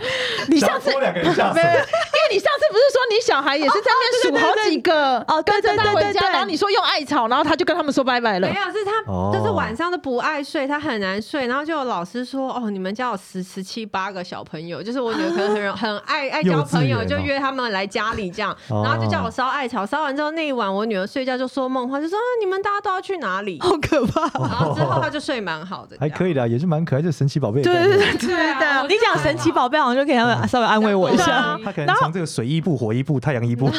S2: 你上次
S3: 想拖两个人下
S2: 没有，没有因
S3: 水，
S2: 为你上次不是说你小孩也是在那边数好几个
S1: 哦对
S2: 跟
S1: 对对
S2: 着他回
S1: 对对
S2: 家，
S1: 对啊
S2: 然后你说用艾草，然后他就跟他们说拜拜了
S4: 没。有，是他
S3: 哦
S4: 就是晚上都不爱睡，他很难睡，然后就有老师说，哦，你们家有十十七八个小朋友，就是我女儿可能很很 爱爱交朋
S3: 幼稚
S4: 友，
S3: 园哦
S4: 就约他们来家里这样，
S3: 哦
S4: 然后就叫我烧艾草，烧完之后那一晚我女儿睡觉就说梦话，就说啊你们大家都要去哪里，
S1: 好可怕！
S4: 然后之后她就睡蛮好的，
S3: 还可
S4: 以，
S3: 以的，也是蛮可爱，就神奇宝贝。
S2: 对对对
S4: 对啊，
S1: 你讲神奇宝贝，好像就可以让他们稍微安慰我一
S2: 对
S1: 下
S2: 啊。
S3: 他可能从这个水一步、火一步、太阳 一步，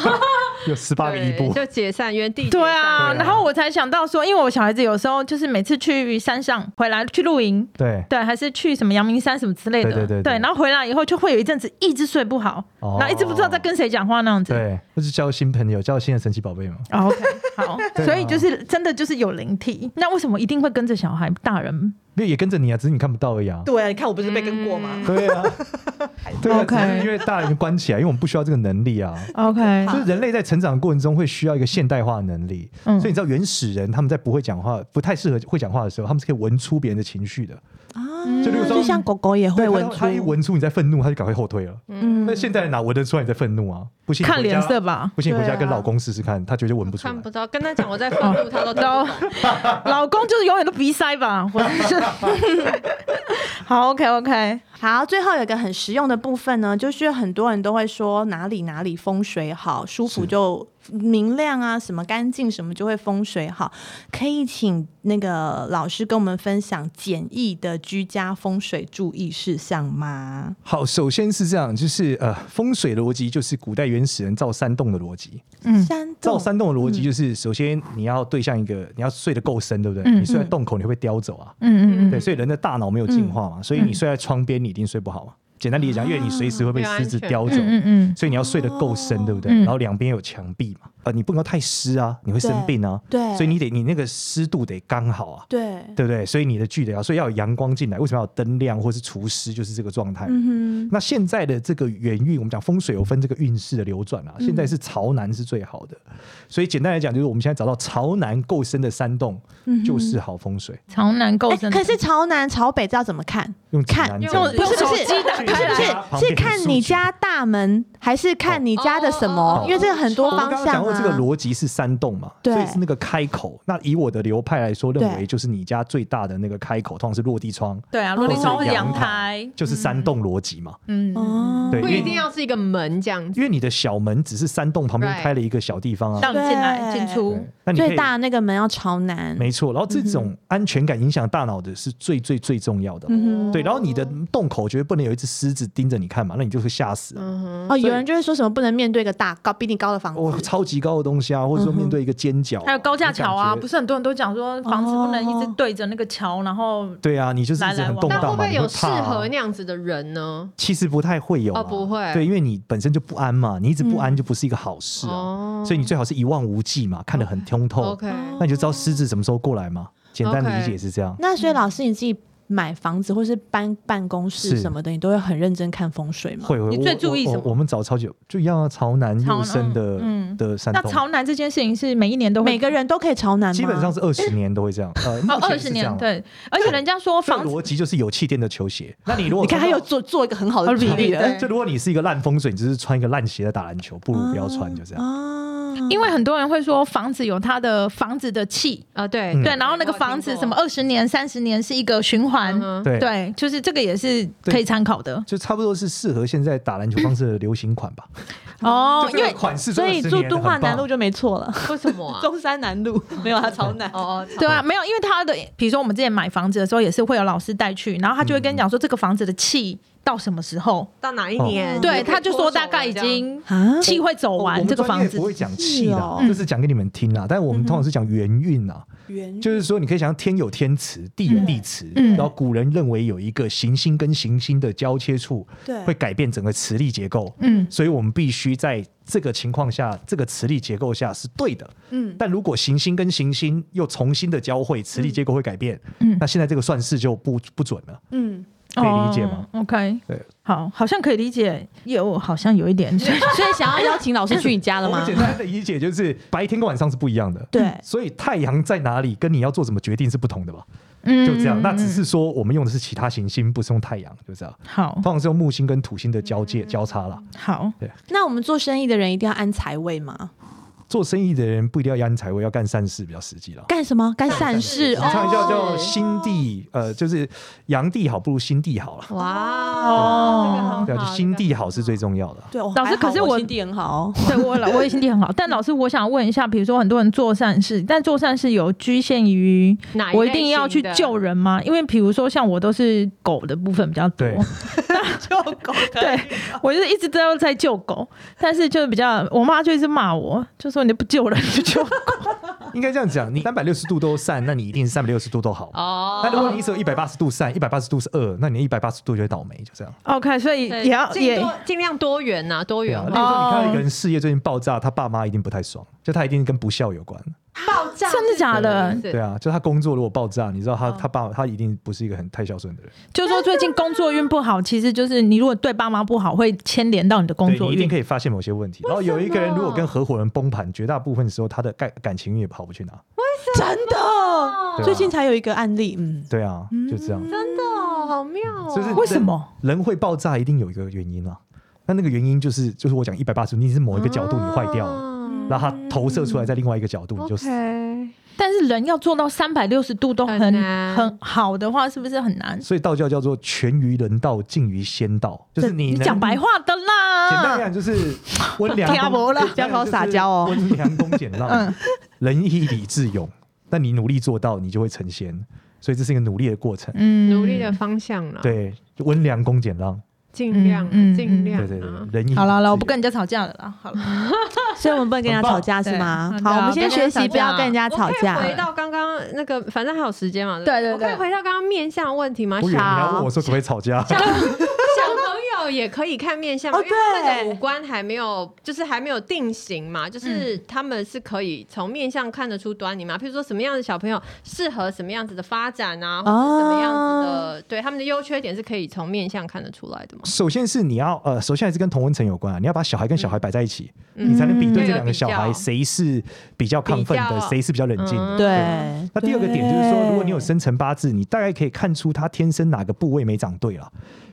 S3: 有十八个一步
S4: 对，就解散原地，
S2: 对啊，
S3: 对啊
S2: 然后我才想到说，因为我小孩子有时候就是每次去山上回来去露营，
S3: 对，
S2: 对，还是去什么阳明山什么之类的，
S3: 对对对对
S2: 然后回来以后就会有一阵子一直睡不好，
S3: 哦
S2: 然后一直不知道在跟谁讲话那样子。
S3: 对，那就交新朋友，交新的神奇宝贝嘛。
S2: 哦 OK，好，
S3: 对啊
S2: 所以就是真的就是有灵体，那为什么一定会跟着小孩？大人
S3: 因为也跟着你啊，只是你看不到而已啊。
S1: 对啊，你看我不是被跟过吗？
S3: 对 啊，对啊，
S2: OK
S3: 只是因为大人关起来，因为我们不需要这个能力啊。
S2: OK，
S3: 就是人类在成长过程中会需要一个现代化的能力，
S2: 嗯
S3: 所以你知道原始人他们在不会讲话、不太适合会讲话的时候，他们是可以闻出别人的情绪的。
S1: 啊
S3: 就例如说
S1: 就像狗狗也会
S3: 对
S1: 闻
S3: 他他一
S1: 出，
S3: 闻出你在愤怒，他就赶快后退了。
S1: 嗯
S3: 那、现代人哪闻得出来你在愤怒啊？不信你
S2: 看
S3: 回家
S2: 脸色 吧
S3: 不信你回家
S1: 对啊
S3: 跟老公试试看，他绝对闻不出来
S4: 看。不到，跟他讲我在愤怒，
S1: 哦
S4: 他都听不懂。
S2: 老公就是永远都鼻塞吧，我 是。好，OK OK，
S1: 好，最后有一个很实用的部分呢，就是很多人都会说哪里哪里风水好，舒服
S3: 是
S1: 就明亮啊，什么干净什么就会风水好。可以请那个老师跟我们分享简易的居家风水注意事项吗？
S3: 好，首先是这样，就是呃，风水逻辑就是古代原始人造山洞的逻辑。
S2: 嗯
S1: 山
S3: 造
S1: 洞
S3: 山洞的逻辑就是，首先你要对向一个，你要睡得够深，对不对？
S2: 嗯
S3: 你睡在洞口，你会被叼走啊。
S2: 嗯嗯嗯
S3: 对，所以人的大脑没有进化嘛，所以你睡在窗边，你一定睡不好嘛。简单理解讲，因为你随时会被狮子叼走，
S2: 嗯嗯
S3: 所以你要睡得够深，对不对？
S2: 嗯
S3: 然后两边有墙壁嘛，呃，你不能够太湿啊，你会生病啊。
S1: 对
S3: 所以你得你那个湿度得刚好啊，
S1: 对，
S3: 对不对？所以你的距离啊，所以要有阳光进来。为什么要有灯亮或是除湿？就是这个状态。
S1: 嗯
S3: 那现在的这个元运，我们讲风水有分这个运势的流转啊，现
S1: 嗯
S3: 在是朝南是最好的，所以简单来讲，就是我们现在找到朝南够深的山洞，
S1: 嗯
S3: 就是好风水。
S2: 嗯，朝南
S1: 哼，
S2: 构
S1: 哎、
S2: 深。
S1: 可是朝南朝北这要怎么看？
S3: 用指
S1: 看
S3: 南
S4: 用
S3: 针
S4: 不是
S2: 不是
S3: 去
S2: 打开
S3: 人
S1: 是
S3: 家旁边
S1: 是
S3: 的
S1: 看
S3: 书
S1: 你
S3: 局
S1: 家大门，还是看你家的什么？
S4: 哦哦哦哦
S1: 因为这个很多
S4: 我
S1: 方
S3: 刚刚
S1: 向
S3: 讲
S1: 啊。
S3: 过这个逻辑是山洞嘛，
S1: 对
S3: 所以是那个开口。那以我的流派来说，认
S1: 对
S3: 为就是你家最大的那个开口，通常是落地窗，
S2: 对啊，
S1: 落
S2: 落
S1: 地
S2: 地
S1: 窗
S2: 窗
S1: 或
S2: 或
S1: 者
S2: 阳
S3: 阳
S2: 台，
S3: 就是山洞逻辑嘛。
S2: 嗯，
S1: 哦
S3: 对
S4: 不一定要是一个门这样子，
S3: 因为你的小门只是山洞旁边
S4: 嗯 Right
S3: 开了一个小地方啊，
S2: 让你进来进出
S3: 对。那你可
S1: 最
S3: 以
S1: 大那个门要朝南。
S3: 没错。然后这种安全感影响大脑的是最最最重要的。
S1: 嗯
S3: 对，然后你的洞口绝对不能有一只狮子盯着你看嘛，那你就会吓死啊。
S1: 哼，哦，有人就会说什么不能面对一个大高比你高的房
S3: 哦，
S1: 子，
S3: 超级高的东西啊，或者说面对一个尖角啊，
S2: 还有高架桥啊，
S3: 你感觉
S2: 不是很多人都讲说
S4: 哦
S2: 房子不能一直对着那个桥，然后
S3: 对啊，你就是一直很动
S4: 那会
S3: 荡
S4: 不
S3: 嘛，
S4: 会
S3: 你
S4: 有
S3: 会
S4: 适
S3: 怕啊
S4: 合那样子的人呢？
S3: 其实不太会有啦
S4: 哦不会嗯
S3: 对，因为你本身就不安嘛，你一直不安就不是一个好事啊，
S4: 哦
S3: 所以你最好是一望无际嘛，看得很通透
S4: OK，
S3: 那你就知道狮子什么时候过来嘛。简单理解是这样。
S1: 那所以老师你自己买房子或是搬办公室
S3: 是
S1: 什么的，你都会很认真看风水吗？
S3: 会会，
S2: 你
S3: 我
S2: 最注意
S3: 我
S2: 什么
S3: 我们找超级就一样啊，朝南
S2: 朝
S3: 右
S2: 南
S3: 升的
S2: 嗯
S3: 的山
S2: 那
S3: 洞，
S2: 朝南这件事情是每一年都会
S1: 每个人都可以朝南吗？
S3: 基本上是二十年都会这样。呃，
S2: 哦
S3: 目前
S2: 二
S3: 是
S2: 十
S3: 这样
S2: 年，对，而且人家说
S3: 这
S2: 房子
S3: 逻辑就是有气垫的球鞋。那你如果
S1: 你看他
S3: 穿
S1: 又
S3: 到
S1: 做做一个很好的比例
S2: 对
S1: 了
S3: 哦就如果你是一个烂风水，你只是穿一个烂鞋在打篮球，不如不要穿，就这样。
S1: 啊。
S2: 因为很多人会说房子有它的房子的气，
S4: 啊，对
S3: 嗯
S2: 对，然后那个房子什么二十年、三十年是一个循环，
S4: 嗯哼
S3: 对，
S2: 对，就是这个也是可以参考的
S3: 就差不多是适合现在打篮球方式的流行款吧。
S1: 哦
S3: 就这
S1: 因
S3: 个
S1: 为
S3: 款式
S1: 所
S3: 真的
S1: 以
S3: 十
S1: 住
S3: 年
S1: 敦
S3: 很
S1: 化南
S3: 棒
S1: 路就没错了，
S4: 为什么啊？
S1: 中山南路没有它超难。
S4: 哦，
S2: 对啊，没有，因为他的，比如说我们之前买房子的时候，也是会有老师带去，然后他就会
S3: 嗯
S2: 跟你讲说这个房子的气到什么时候，
S4: 到哪一
S3: 哦
S4: 年？
S2: 对，
S4: 你可以
S2: 他就说
S4: 嗯脱手
S2: 大概
S4: 了
S2: 已
S4: 这样
S2: 经
S1: 啊
S2: 气哦会走
S3: 我
S2: 完
S3: 们
S2: 这个
S3: 专业
S2: 房子
S3: 不。会讲气
S1: 是
S3: 啦
S1: 哦，嗯
S3: 就是讲给你们听啦。但我们通常是讲元运啦，
S1: 原
S3: 就是说你可以想象天有天池，地有地池，
S2: 嗯
S3: 然后古人认为有一个行星跟行星的交切处
S1: 对
S3: 会改变整个磁力结构，
S2: 嗯
S3: 所以我们必须在这个情况下，这个磁力结构下是对的。
S1: 嗯，
S3: 但如果行星跟行星又重新的交汇，磁力结构会改变，
S2: 嗯
S3: 那现在这个算式就不不准了，
S1: 嗯，
S3: 可以理解吗？
S2: 哦？OK，
S3: 对，
S2: 好，好像可以理解，有好像有一 点，所以
S1: 所以想要邀请老师去你家了
S3: 我们
S1: 吗？
S3: 简单的理解就是白天跟晚上是不一样的。
S1: 对
S3: 所以太阳在哪里，跟你要做什么决定是不同的吧？
S2: 嗯
S3: 就这样，
S2: 嗯
S3: 那只
S2: 嗯
S3: 是说我们用的是其他行星，不是用太阳，就这样。
S2: 好
S3: 通常是用木星跟土星的交界交叉啦。
S2: 好
S1: 那我们做生意的人一定要安财位吗？
S3: 做生意的人不一定要安财位，要干善事比较实际啦。
S1: 干什么？干善事
S3: 我们常
S1: 哦。
S3: 常叫叫心地，呃，就是阳地好不如心地好了。
S4: 哇
S2: 哦
S4: 哦，
S3: 对啊，就心地好是最重要的啊。
S1: 对，我
S2: 老师
S1: 还好
S2: 可是我
S1: 心地很好 哦。
S2: 对我老我也心地很好，但老师，我想问一下，比如说很多人做善事，但做善事有局限于
S4: 哪
S2: 我一定要去救人吗？因为比如说像我都是狗的部分比较多
S3: 对，
S1: 救狗
S2: 对我就是一直都在救狗，但是就是比较我妈就一直骂我，就说你不救人就 救狗，
S3: 应该这样讲，你三百六十度都善，那你一定三百六十度都好。
S4: 哦
S3: 那如果你只有一百八十度善，一百八十度是恶，那你一百八十度就会倒霉，就这样。
S2: OK，所以
S4: 对
S2: 也要
S4: 尽
S2: 也
S4: 多尽量多元呐，多
S3: 对
S4: 元
S3: 啊，例如
S4: 化
S3: 说你看到一
S2: 哦
S3: 个人事业最近爆炸，他爸妈一定不太爽，就他一定跟不孝有关。
S4: 爆炸
S2: 真的假的？
S4: 对
S3: 对啊，就他工作如果爆炸，你知道他他爸他一定不是一个很太孝顺的人，
S2: 就说最近工作运不好，其实就是你如果对爸妈不好，会牵连到你的工
S3: 对，
S2: 作
S3: 你一定
S2: 运。
S3: 可以发现某些问题。然后有一个人如果跟合伙人崩盘，绝大部分时候他的感感情运也跑不去哪。
S1: 真的，
S3: 对啊
S1: 最近才有一个案例，嗯，
S3: 对啊，就这样。
S4: 真的哦好妙哦，
S3: 就是
S2: 为什么
S3: 人会爆炸？一定有一个原因啊。那那个原因就是就是我讲一百八十度，你是某一个角度你坏掉了，
S4: 嗯
S3: 然后它投射出来在另外一个角度，你就死。
S4: OK，
S2: 但是人要做到三百六十度都很
S4: 很难
S2: 很好的话，是不是很难？
S3: 所以道教叫做全于人道，近于仙道，就是你
S2: 你
S3: 能
S2: 讲白话的啦。
S3: 简单来讲就是温良
S2: 嗯听不
S3: 恭
S2: 啦
S1: 讲好撒娇哦
S3: 温良恭俭让
S2: 嗯，
S3: 仁义礼智勇。那你努力做到，你就会成仙。所以这是一个努力的过程。
S2: 嗯
S4: 努力的。方向了，，
S3: 对，就温良恭俭让，
S4: 尽量
S2: 嗯嗯
S4: 尽量
S3: 对
S4: 啊，
S3: 对对，仁义。
S2: 好了好了，我不跟人。家吵架了啦。好
S4: 嗯
S2: 了，
S1: 所以我们不能跟人家吵架
S2: 很棒
S1: 是吗
S2: 对？
S1: 好，
S2: 对
S1: 我们先学习不要跟人家
S4: 我
S1: 吵
S4: 可以
S1: 架。
S4: 回到刚刚那个，反正还有时间嘛，
S2: 对
S4: 不
S2: 对
S4: 我可以
S2: 对
S4: 回到刚刚面相问题吗？
S3: 我以为你要问
S4: 小
S3: 我说可不可以吵架，
S4: 小朋友也可以看面相嘛，
S1: 哦
S4: 因为他们
S1: 对
S4: 的五官还没有，就是还没有定型
S1: 嗯
S4: 嘛，就是他们是可以从面相看得出端倪嘛。譬如说什么样的小朋友适合什么样子的发展啊，或
S1: 哦
S4: 者什么样子的，对他们的优缺点是可以从面相看得出来的嘛。
S3: 首先是你要呃，首先还是跟同温层有关啊，你要把小孩跟小孩摆在一起，
S4: 嗯
S3: 你才能比对
S4: 嗯
S3: 这两个小
S4: 要
S3: 孩
S4: 有比较
S3: 谁是比较亢奋
S4: 比较
S3: 的，谁是比较冷静的。
S4: 嗯
S1: 对，
S3: 那第二个点就是说，
S1: 对
S3: 如果你有生辰八字，你大概可以看出他天生哪个部位没长对了，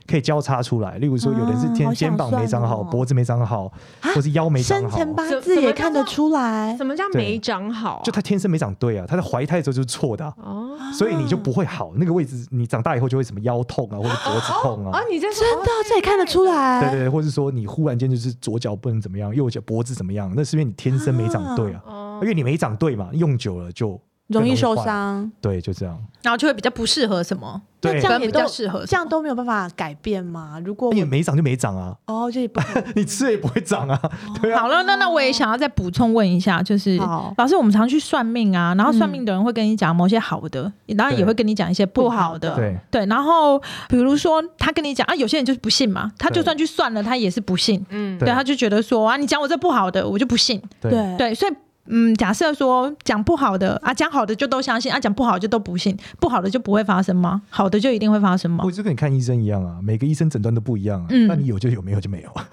S3: 可以交叉出来。例如说，有人是
S1: 啊
S3: 天
S1: 好想
S3: 肩膀没长好，
S1: 算哦啊
S3: 脖子没长好，或是腰没长
S1: 生
S3: 好，
S1: 辰八字也看得出来
S4: 什么叫没长好啊？
S3: 就他天生没长对啊，他在怀胎的时候就是错的啊、
S4: 哦
S3: 所以你就不会好。那个位置你长大以后就会什么腰痛啊，或者脖子痛啊
S4: 哦，。你在说
S1: 真的，这也看得出
S3: 对
S1: 来。
S3: 对对，或是说你忽然间就是左脚不能怎么样，右脚脖子怎么样，那是因为你天生没长对啊，
S4: 哦
S3: 因为你没长对嘛，用久了就
S1: 容易
S3: 更
S1: 受
S3: 坏。
S1: 伤，
S3: 对，就这样。
S2: 然后就会比较不适合什么。
S1: 那
S3: 对
S1: 这，样
S2: 分
S1: 也
S2: 比较
S1: 都
S2: 适合
S1: 这样都没有办法改变吗？如果我
S3: 你没长就没长啊，
S1: 哦，这也不可能
S3: 你吃了也不会长啊。
S1: 哦
S3: 对啊，
S2: 好了，那那我也想要再补充问一下，就是
S1: 好
S2: 老师，我们常去算命啊，
S3: 嗯
S2: 然后算命的人会跟你讲某些好的，然后也会跟你讲一些不好的。
S3: 对
S2: 对，然后比如说他跟你讲啊，有些人就是不信嘛，他
S3: 对
S2: 就算去算了，他也是不信，
S4: 嗯
S3: 对
S2: 对，他就觉得说啊，你讲我这不好的，我就不信。
S1: 对
S2: 对，所以嗯，假设说讲不好的啊，讲好的就都相信啊，讲不好就都不信，不好的就不会发生吗？好的就一定会发生吗
S3: 我？就跟你看医生一样啊，每个医生诊断都不一样啊。
S2: 嗯
S3: 那你有就有，没有就没有啊。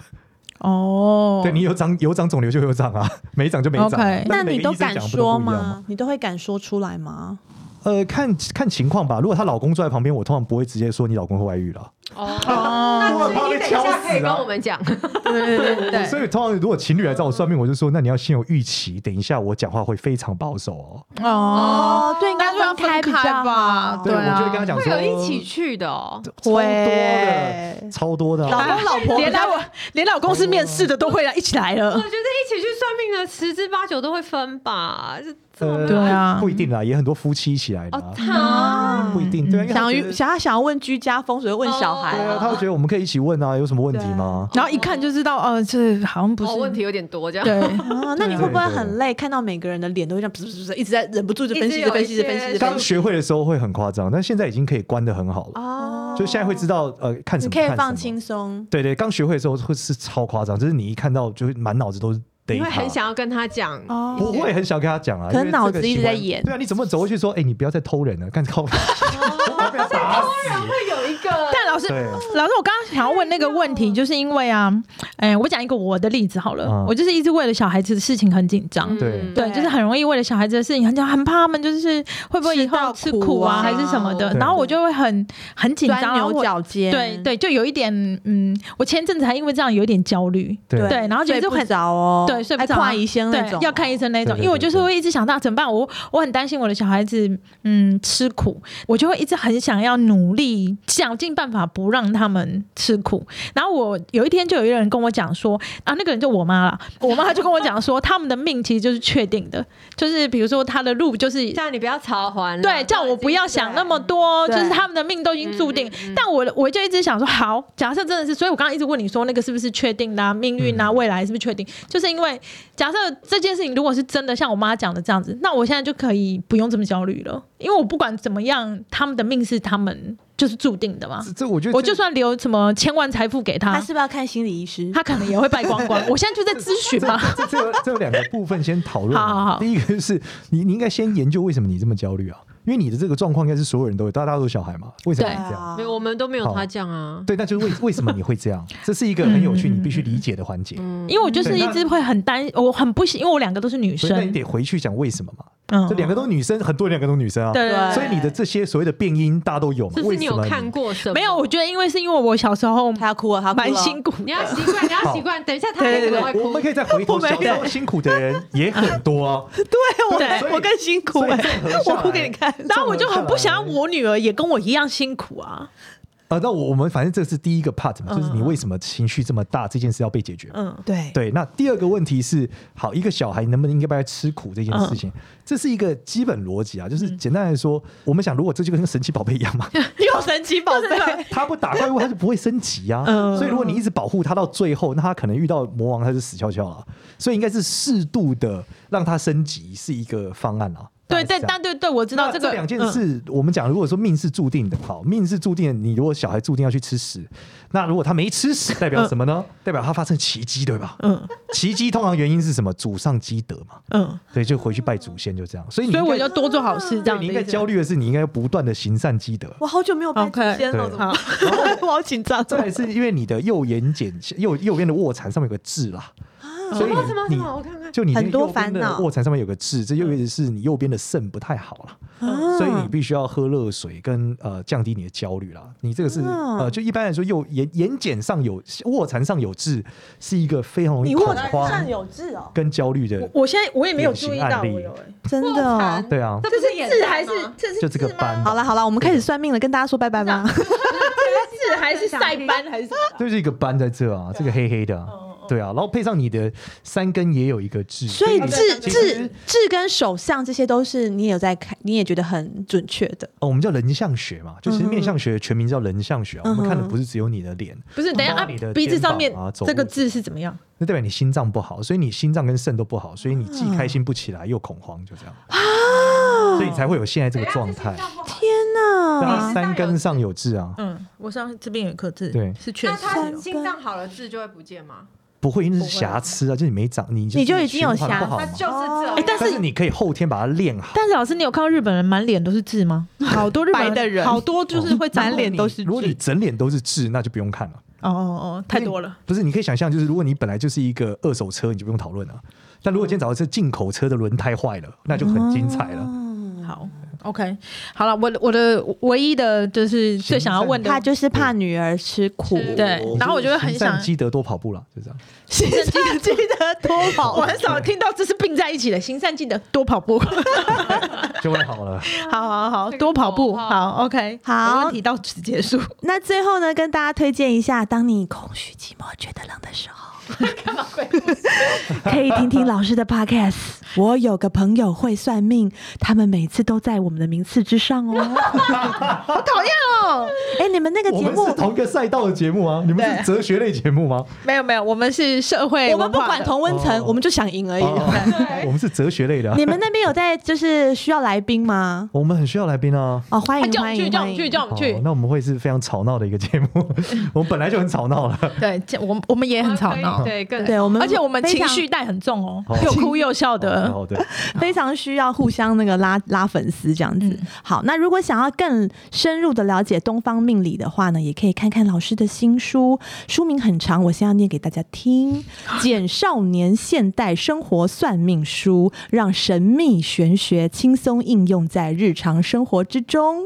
S2: 哦，
S3: 对你有长有长肿瘤就有长啊，没长就没长啊。
S2: OK
S1: 那
S3: 但是每
S1: 你
S3: 个
S1: 都
S3: 医生
S1: 敢
S3: 讲的不
S1: 说
S3: 不一样嘛？
S1: 吗？你都会敢说出来吗？
S3: 呃，看看情况吧。如果她老公坐在旁边，我通常不会直接说你老公会外遇了。
S4: 哦，
S2: 哦
S4: 那
S3: 我很怕被
S4: 等一
S3: 敲
S4: 下可以
S3: 死
S4: 跟
S3: 啊
S4: 我！们讲，
S2: 对对对对
S3: 所以通常如果情侣来找我算命，我就说，那你要先有预期，等一下我讲话会非常保守 哦。
S2: 哦，
S1: 哦，对，应该
S2: 那就要分
S1: 开比
S2: 开
S1: 较
S2: 吧
S1: 好
S2: 对啊
S3: 我就会跟他讲
S4: 会
S3: 说，
S4: 有一起去的哦。
S3: 超多
S1: 会
S3: 的，超多的
S1: 老
S3: 啊。
S1: 公老婆
S2: 连 来我连来我公司面试的都会来一起来
S4: 我
S3: 哦
S2: 了。
S4: 觉得一起去算命的十之八九都会分吧，这这么
S3: 呃
S4: 没有
S2: 对啊
S3: 不一定啦，也很多夫妻一起来的
S4: 哦
S3: 啊，，
S4: 他
S3: 不一定。对啊，因为他
S1: 想
S3: 觉
S1: 要
S3: 得
S1: 想要想要问居家风水，问小孩
S3: 对啊，
S4: 哦
S3: 他会觉得我们可以一起问啊，有什么问题吗？
S2: 然后一看就知道，呃，这好像不
S4: 哦
S2: 是
S4: 问题有点多这样。
S2: 对，
S1: 啊，那你
S3: 对
S1: 会不会
S3: 对对
S1: 很累？看到每个人的脸都会这样，噗噗噗噗一直在忍不住就分析
S4: 一直
S1: 着
S4: 有
S1: 分析
S4: 一
S1: 着
S4: 些
S1: 分析着分
S3: 刚
S1: 析
S3: 学会的时候会很夸张，但现在已经可以关的很好了，
S1: 哦
S3: 就现在会知道呃看什
S1: 你
S3: 么，
S1: 可以
S3: 看什
S1: 放
S3: 么
S1: 轻。松，
S3: 对对，刚学会的时候会是超夸张，就是你一看到就会满脑子都是 data，
S4: 你会很想要跟他讲
S1: 哦
S3: 不会很想跟他讲啊，
S1: 可能
S3: 因为这个
S1: 脑子一直在
S3: 习惯
S1: 演
S3: 对啊，你怎么走过去说，哎，你不要再偷人了，干靠，我被他打
S1: 哦
S3: 死。
S4: 会有一 个
S2: 但老师，
S3: 对
S2: 老师，我刚刚想要问那个问题，就是因为啊，哎、我讲一个我的例子好了，
S3: 嗯
S2: 我就是一直为了小孩子的事情很紧张。
S4: 嗯
S3: 对
S2: 对，就是很容易为了小孩子的事情，很紧张很怕他们就是会不会以后吃
S1: 吃到
S2: 苦
S1: 苦
S2: 啊，
S1: 啊
S2: 还是什么的，
S3: 对
S2: 然后我就会很很紧张，
S1: 钻
S2: 然后
S1: 牛
S2: 我
S1: 角尖，
S2: 对对，就有一点嗯，我前阵子还因为这样有一点焦虑，
S3: 对
S2: 对然后觉
S1: 睡
S2: 得就
S1: 不
S2: 很
S1: 着哦，
S2: 对睡不着
S1: 还跨医生那种
S2: 对，，要看医生那种，
S3: 对对
S2: 因为我
S3: 对
S2: 就是会一直想到怎么办，我我很担心我的小孩子，嗯，吃苦，我就会一直很想要努力，想尽办法不让他们吃苦。然后我有一天就有一个人跟我讲说，啊，那个人就我妈了，我妈就跟我讲说，他们的命其实就是确定的，就是比如说他的路就是
S4: 叫你不要朝还了，
S2: 对，叫我不要想那么多，就
S1: 嗯对嗯
S2: 是他们的命都已经注定。但我我就一直想说，好，假设真的是，所以我刚刚一直问你说，那个是不是确定的、啊、命运
S3: 嗯
S2: 啊，未来是不是确定？就是因为假设这件事情如果是真的，像我妈讲的这样子，那我现在就可以不用这么焦虑了，因为我不管怎么样，他们的命是他们就是注定的嘛
S3: 这。这我觉得
S2: 我
S3: 这
S2: 就算留什么千万财富给
S1: 他
S2: 他，
S1: 是不是要看心理医师？
S2: 他可能也会败光 光。我现在就在咨询 嘛。
S3: 这这有这有两个部分先讨论。啊
S2: 好好好
S3: 第一个就是你你应该先研究为什么你这么焦虑啊，因为你的这个状况应该是所有人都有，大家都有小孩嘛，为什么
S2: 对
S3: 你
S1: 对
S3: 这样？
S1: 啊
S4: 没有，我们都没有他这样啊。
S3: 对，那就是为为什么你会这样？这是一个很有趣，
S2: 嗯
S3: 你必须理解的环节。
S4: 嗯
S2: 因为我就是一直会很担，我很不行，因为我两个都是女
S3: 所以那你
S2: 生，
S3: 得回去讲为什么嘛？
S2: 嗯
S1: 哦
S3: 这两个都是女生，很多两个都是女生啊。
S2: 对对对
S3: 所以你的这些所谓的变音，大家都有嘛？
S4: 是不
S3: 为
S4: 是
S3: 什
S4: 你
S3: 么
S4: 有看？过什么？
S2: 没有，我觉得因为是因为我小时候
S1: 他要哭啊了，他
S2: 蛮辛
S1: 苦，
S2: 苦
S4: 你
S2: 的，
S4: 要习惯，你要习惯。等一下他可能会
S3: 我
S4: 哭
S3: 们，可以再回头，小时候辛苦的人也很多啊。
S2: 对
S1: 对
S3: 所以
S1: 我更辛苦
S3: 所以
S1: 哎
S3: 综合下，
S1: 我
S3: 来
S1: 哭给你看。
S2: 然后我就很不想要
S3: 综合下来
S2: 我女儿也跟我一样辛苦啊。
S3: 啊，那我我们反正这是第一个 part 嘛，
S1: 嗯
S3: 就是你为什么情绪这么大，这件事要被解决。
S2: 嗯，
S1: 对，
S3: 对，那第二个问题是，好，一个小孩能不能应该不该吃苦这件事情，
S2: 嗯
S3: 这是一个基本逻辑啊。就是简单来说，我们想，如果这就跟神奇宝贝一样 嘛，
S1: 又神奇宝贝，
S3: 他不打怪物，他就不会升级啊。
S2: 嗯
S3: 所以如果你一直保护他到最后，那他可能遇到魔王他就死翘翘了。所以应该是适度的让他升级是一个方案啊。大概
S2: 对对，
S3: 是这样
S2: 但对对，我知道
S3: 那
S2: 这个嗯
S3: 两件，事，我们讲，如果说命是注定的，好，命是注定的，你如果小孩注定要去吃屎，那如果他没吃屎，代表什么呢？代表他发生奇迹，对吧？
S2: 嗯
S3: 奇迹通常原因是什么？祖上积德嘛，
S2: 嗯，
S3: 所以就回去拜祖先，就这样。所以
S2: 嗯
S3: 你
S2: 所以我
S3: 应该
S2: 就多做好事这样
S3: 你应
S2: 的
S3: 该
S2: 意思。
S3: 焦虑的是，你应该不断的行善积 德。
S1: 我好久没有拜祖
S2: OK
S1: 先了，
S3: 对
S1: 怎
S2: 好
S1: 么办？ 我好紧张哦。
S3: 再来是因为你的右眼睑右右边的卧蚕上面有个痣啦，
S2: 嗯
S3: 所
S4: 什
S3: 以
S4: 么什么
S3: 你
S4: 什么，我看看。
S3: 就你那
S1: 很多
S3: 右边的
S1: 烦恼
S3: 卧蚕上面有个痣，这
S2: 嗯
S3: 右边是你右边的肾不太好了。
S1: 啊
S3: 所以你必须要喝热水跟呃降低你的焦虑啦。你这个是、
S1: 嗯
S3: 呃，就一般来说右眼眼睑上有卧蚕上有痣，是一个非常容易
S1: 你
S3: 恐
S1: 卧
S3: 慌
S1: 蚕有痣哦，
S3: 跟焦虑的，
S2: 我现在我也没有
S3: 典型
S2: 注意到
S3: 案例
S2: 我有，哎
S1: 真的
S4: 卧
S1: 哦
S4: 蚕。
S3: 对啊，
S4: 这
S2: 这
S4: 不
S2: 是
S4: 眼
S2: 痣
S4: 袋
S2: 还是
S4: 吗
S2: 这是
S3: 就这个
S2: 痣吗
S3: 斑，
S1: 好了，好了，我们开始算命了，跟大家说拜拜吧。
S2: 痣还是晒斑还是什么的？
S3: 就是一个斑在这啊，这个黑黑的、
S1: 嗯
S3: 啊，对啊，然后配上你的三根也有一个痣，
S1: 所以
S3: 你
S1: 痣
S3: 其实
S1: 痣痣跟手相这些都是你也有在看，你也觉得很准确的。
S3: 哦，我们叫人相学嘛，就其实面相学全名叫人相学啊，我
S1: 嗯
S3: 们
S1: 哼
S3: 看的不是只有你的脸，
S2: 不是，等一下
S3: 包
S2: 啊
S3: 括你的
S2: 鼻子
S3: 肩
S2: 上面
S3: 膀啊走
S2: 这个
S3: 路
S2: 痣是怎么样？
S3: 那代表你心脏不好，所以你心脏跟肾都不好，所以你既开心不起来又恐慌，就这样所以你才会有现在这个状态。
S1: 天
S3: 对
S1: 哪
S3: 啊，！三根上有痣啊，
S2: 嗯，我上这边有一颗痣，
S3: 对
S2: 是确
S4: 那
S2: 实
S4: 他
S2: 有。
S4: 心脏好了，痣就会不见吗？
S3: 不会，因为是瑕疵啊，就你没长，你
S1: 你
S3: 就
S1: 就是已经有
S3: 循环不
S1: 瑕
S3: 好
S4: 他
S3: 嘛
S4: 就是这。
S2: 哎但
S3: 但是你可以后天把它练好。啊
S2: 但是老师，你有看到日本人满脸都是痣吗？好多日本
S1: 白的人
S2: 好多就是会长
S1: 满脸都是
S3: 如果你
S1: 痣
S3: 整脸都是痣，那就不用看了，
S2: 哦哦哦，太多了。。
S3: 不是，你可以想象，就是如果你本来就是一个二手车，你就不用讨论了。但如果今天早上是进口车的轮胎坏了，那就很精彩了。
S1: 嗯
S2: 好， OK，好了，我我的唯一的就是最想要问的
S1: 他，就是怕女儿吃苦，
S4: 是
S2: 对
S3: 我
S2: 然后我就会很
S3: 行善
S2: 想
S3: 积德多跑步了，就这样。
S1: 是这样记得多
S2: 我
S1: 跑。
S2: 很少听到这是并在一起的。行善记得多 跑步，
S3: 就会好了。
S2: 好好好，
S4: 这个
S2: 多跑步，
S4: 口号
S2: 好 OK，
S1: 好
S2: 没问题到此 结束。
S1: 那最后呢，跟大家推荐一下，当你空虚、寂寞、觉得冷的时 候，可以听听老师的 podcast。我有个朋友会算命，他们每次都在我们的名次之上哦。
S2: 好讨厌哦！
S1: 哎、你们那个
S3: 我
S1: 节
S3: 们
S1: 目
S3: 是同一个赛道的节目吗？你们
S2: 对
S3: 是哲学类节目吗？
S2: 没有没有，我们是社会
S1: 我
S2: 文
S1: 们不
S2: 化
S1: 管
S2: 的，
S1: 同温层，
S3: 哦
S1: 我们就想赢而已。
S3: 哦我们是哲学类的啊。
S1: 哎你们那边有在就是需要来宾吗？
S3: 我们很需要来宾啊。
S1: 哦，欢
S2: 他
S1: 迎
S2: 叫我
S1: 欢
S2: 们去，
S1: 迎
S2: 叫我
S1: 欢
S2: 们去，
S1: 迎！
S2: 叫我们去
S3: 哦。那我们会是非常吵闹的一个节目。 我们本来就很吵闹了。
S2: 对，这我们我们也很吵闹，
S4: 对，更
S1: 对我们，
S2: 而且我们
S1: 非
S2: 情
S1: 常
S2: 绪带很重哦
S3: 哦，
S2: 又哭又笑的。
S3: 哦，对，
S1: 非常需要互相那个拉拉粉丝这样子。
S2: 嗯
S1: 好，那如果想要更深入的了解东方命理的话呢，也可以看看老师的新书，书名很长，我现在要念给大家 听，《简少年现代生活算命书》，让神秘玄学轻松应用在日常生活之 中。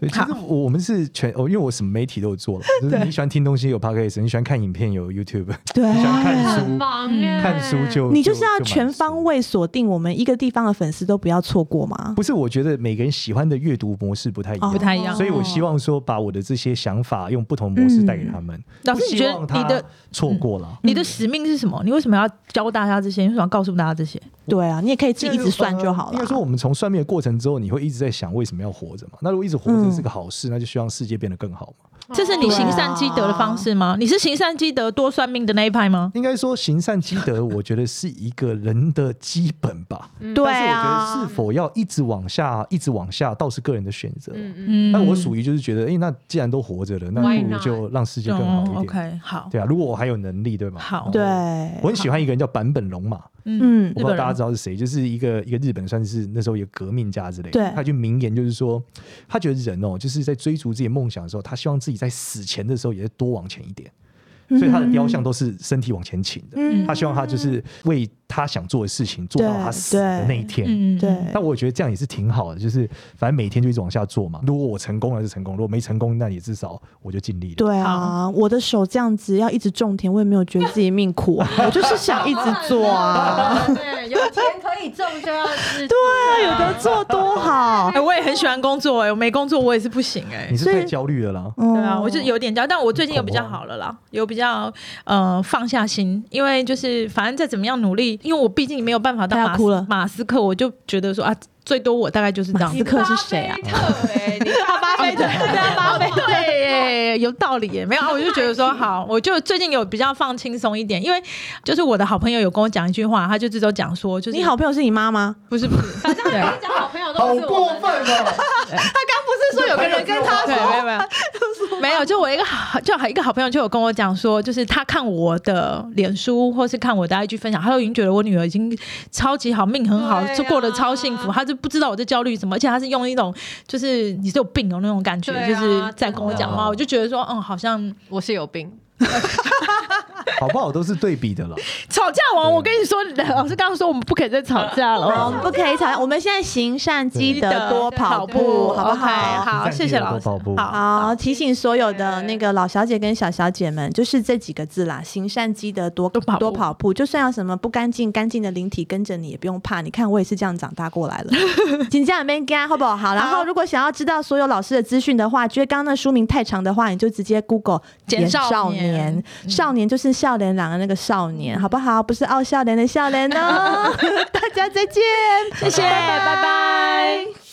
S3: 对其实我我们是全哦，因为我什么媒体都 有做了。就是你喜欢听东西有 podcast，你喜欢看影片有 YouTube，
S1: 对。
S3: 你喜欢看
S4: 很
S3: 书
S4: 忙
S2: 嗯
S4: 耶，
S3: 看书就
S1: 你就是要
S3: 就
S1: 全方。
S3: 就满足
S1: 位锁定我们一个地方的粉丝，都不要错过吗？
S3: 不是，我觉得每个人喜欢的阅读模式不太一样，
S1: 哦不
S2: 太一样
S3: 所以我希望说把我的这些想法用不同模
S1: 嗯
S3: 式带给他们。
S2: 老师
S3: 不
S2: 你
S3: 希
S2: 觉得
S3: 望
S2: 你的
S3: 他错过了。
S2: 你的使命是什么？你为什么要教大家这些？你为什么要告诉大家这些？
S1: 对啊，你也可以自己一直算就好
S3: 呃应
S1: 了
S3: 该。说，我们从算命的过程之后，你会一直在想为什么要活着嘛？那如果一直活着是
S1: 嗯
S3: 个好事，那就希望世界变得更好嘛。
S4: 哦
S2: 这是你
S1: 对
S2: 行善积德的方式吗？你是行善积德多算命的那一派吗？
S3: 应该说，行善积德，我觉得是一个人的基本吧。
S1: 对
S3: 但是我
S1: 啊，
S3: 觉得是否要一直往下，一直往下，倒是个人的选择。
S4: 嗯嗯，
S2: 嗯
S3: 那我属于就是觉得，哎，那既然都活着了，那
S4: Why
S3: 不如
S4: not？
S3: 就让世界更好
S2: 嗯
S3: 一点。
S2: OK，好，
S3: 对啊，如果我还有能力，对吧？嗯
S2: 好
S1: 对，
S3: 哦我很喜欢一个人叫坂本龙马，
S2: 嗯
S1: 嗯
S3: 我不
S2: 日
S3: 知道
S2: 本人
S3: 大家知道是谁，就是一个一个日本算是那时候一个革命家之类的。
S1: 对
S3: 他就名言就是说，他觉得人哦，就是在追逐自己的梦想的时候，他希望自己在死前的时候也是多往前一点，所以他的雕像都是身体往前倾的。
S1: 嗯嗯，嗯
S3: 他希望他就是为他想做的事情做到他死的那一天。
S2: 嗯，
S1: 对
S3: 但我觉得这样也是挺好的，就是反正每天就一直往下做嘛。如果我成功了就成功，如果没成功，那也至少我就尽力了。
S1: 对啊，我的手这样子要一直种田，我也没有觉得自己命苦啊，我就是想一直做 啊。
S4: 好懒哦，对，有钱可以种就要吃，对
S1: 对啊，有的做多好。
S2: 哎，我也很喜欢工作哎，我没工作我也是不行哎
S3: 你。是
S1: 所以
S3: 太焦虑了啦。
S1: 嗯
S2: 对啊，我就有点焦，但我最近有比较好了啦，
S3: 嗯
S2: 有比较呃放下心，因为就是反正再怎么样努力，因为我毕竟没有办法当
S1: 他要
S2: 马
S1: 哭
S2: 斯
S1: 了
S2: 马斯克，我就觉得说啊，最多我大概就是这样
S1: 马斯。克是谁啊？
S4: 巴菲特哎，你 看
S2: 巴菲特，对 啊，巴菲特，对耶，有道理耶。没有，啊，我就觉得说好，我就最近有比较放轻松一点，因为就是我的好朋友有跟我讲一句话，他就这周讲说，就是
S1: 你好，朋友是你妈妈？
S2: 不是不是，
S4: 反正我跟你讲，好朋友都是我们的，
S3: 啊！
S1: 不是说有个人跟他
S2: 对，没有没有，没有，就我一个好，就一个好朋友就有跟我讲说，就是他看我的脸书或是看我的 IG 分享，他就已经觉得我女儿已经超级好，命很好
S4: 对，啊
S2: 就过得超幸福，他就不知道我在焦虑什么，而且他是用一种就是你是有病哦那种感觉，
S4: 对啊
S2: 就是在跟我讲
S3: 真
S2: 话，
S3: 的
S2: 我就觉得说，嗯，好像
S4: 我是有病，
S3: 好不好都是对比的了。
S2: 吵架完，我跟你说，老师刚刚说我们不可以再吵架了
S1: 我
S2: 哦。
S1: 嗯们不可以吵架，我们现在行善积
S2: 记得
S1: 德，多跑步，好不
S2: OK，
S1: 好？
S2: 好，谢谢老师。
S3: 多跑步
S1: 好，提醒所有的那个老小姐跟小小姐们，就是这几个字啦：行善积德，多
S2: 多跑步
S1: 多跑步。就算有什么不干净，干净的灵体跟着你，也不用怕。你看我也是这样长大过来了， 请这样边干，好不好？好。然后如果想要知道所有老师的资讯的话，觉得刚刚那书名太长的话，你就直接 Google
S2: 简
S1: 简
S2: 少
S1: 少
S2: 年嗯
S1: 年，少年就是笑脸郎的那个少年，好不好？不是 傲笑脸的笑脸哦。大家再见，谢谢，
S2: 拜拜。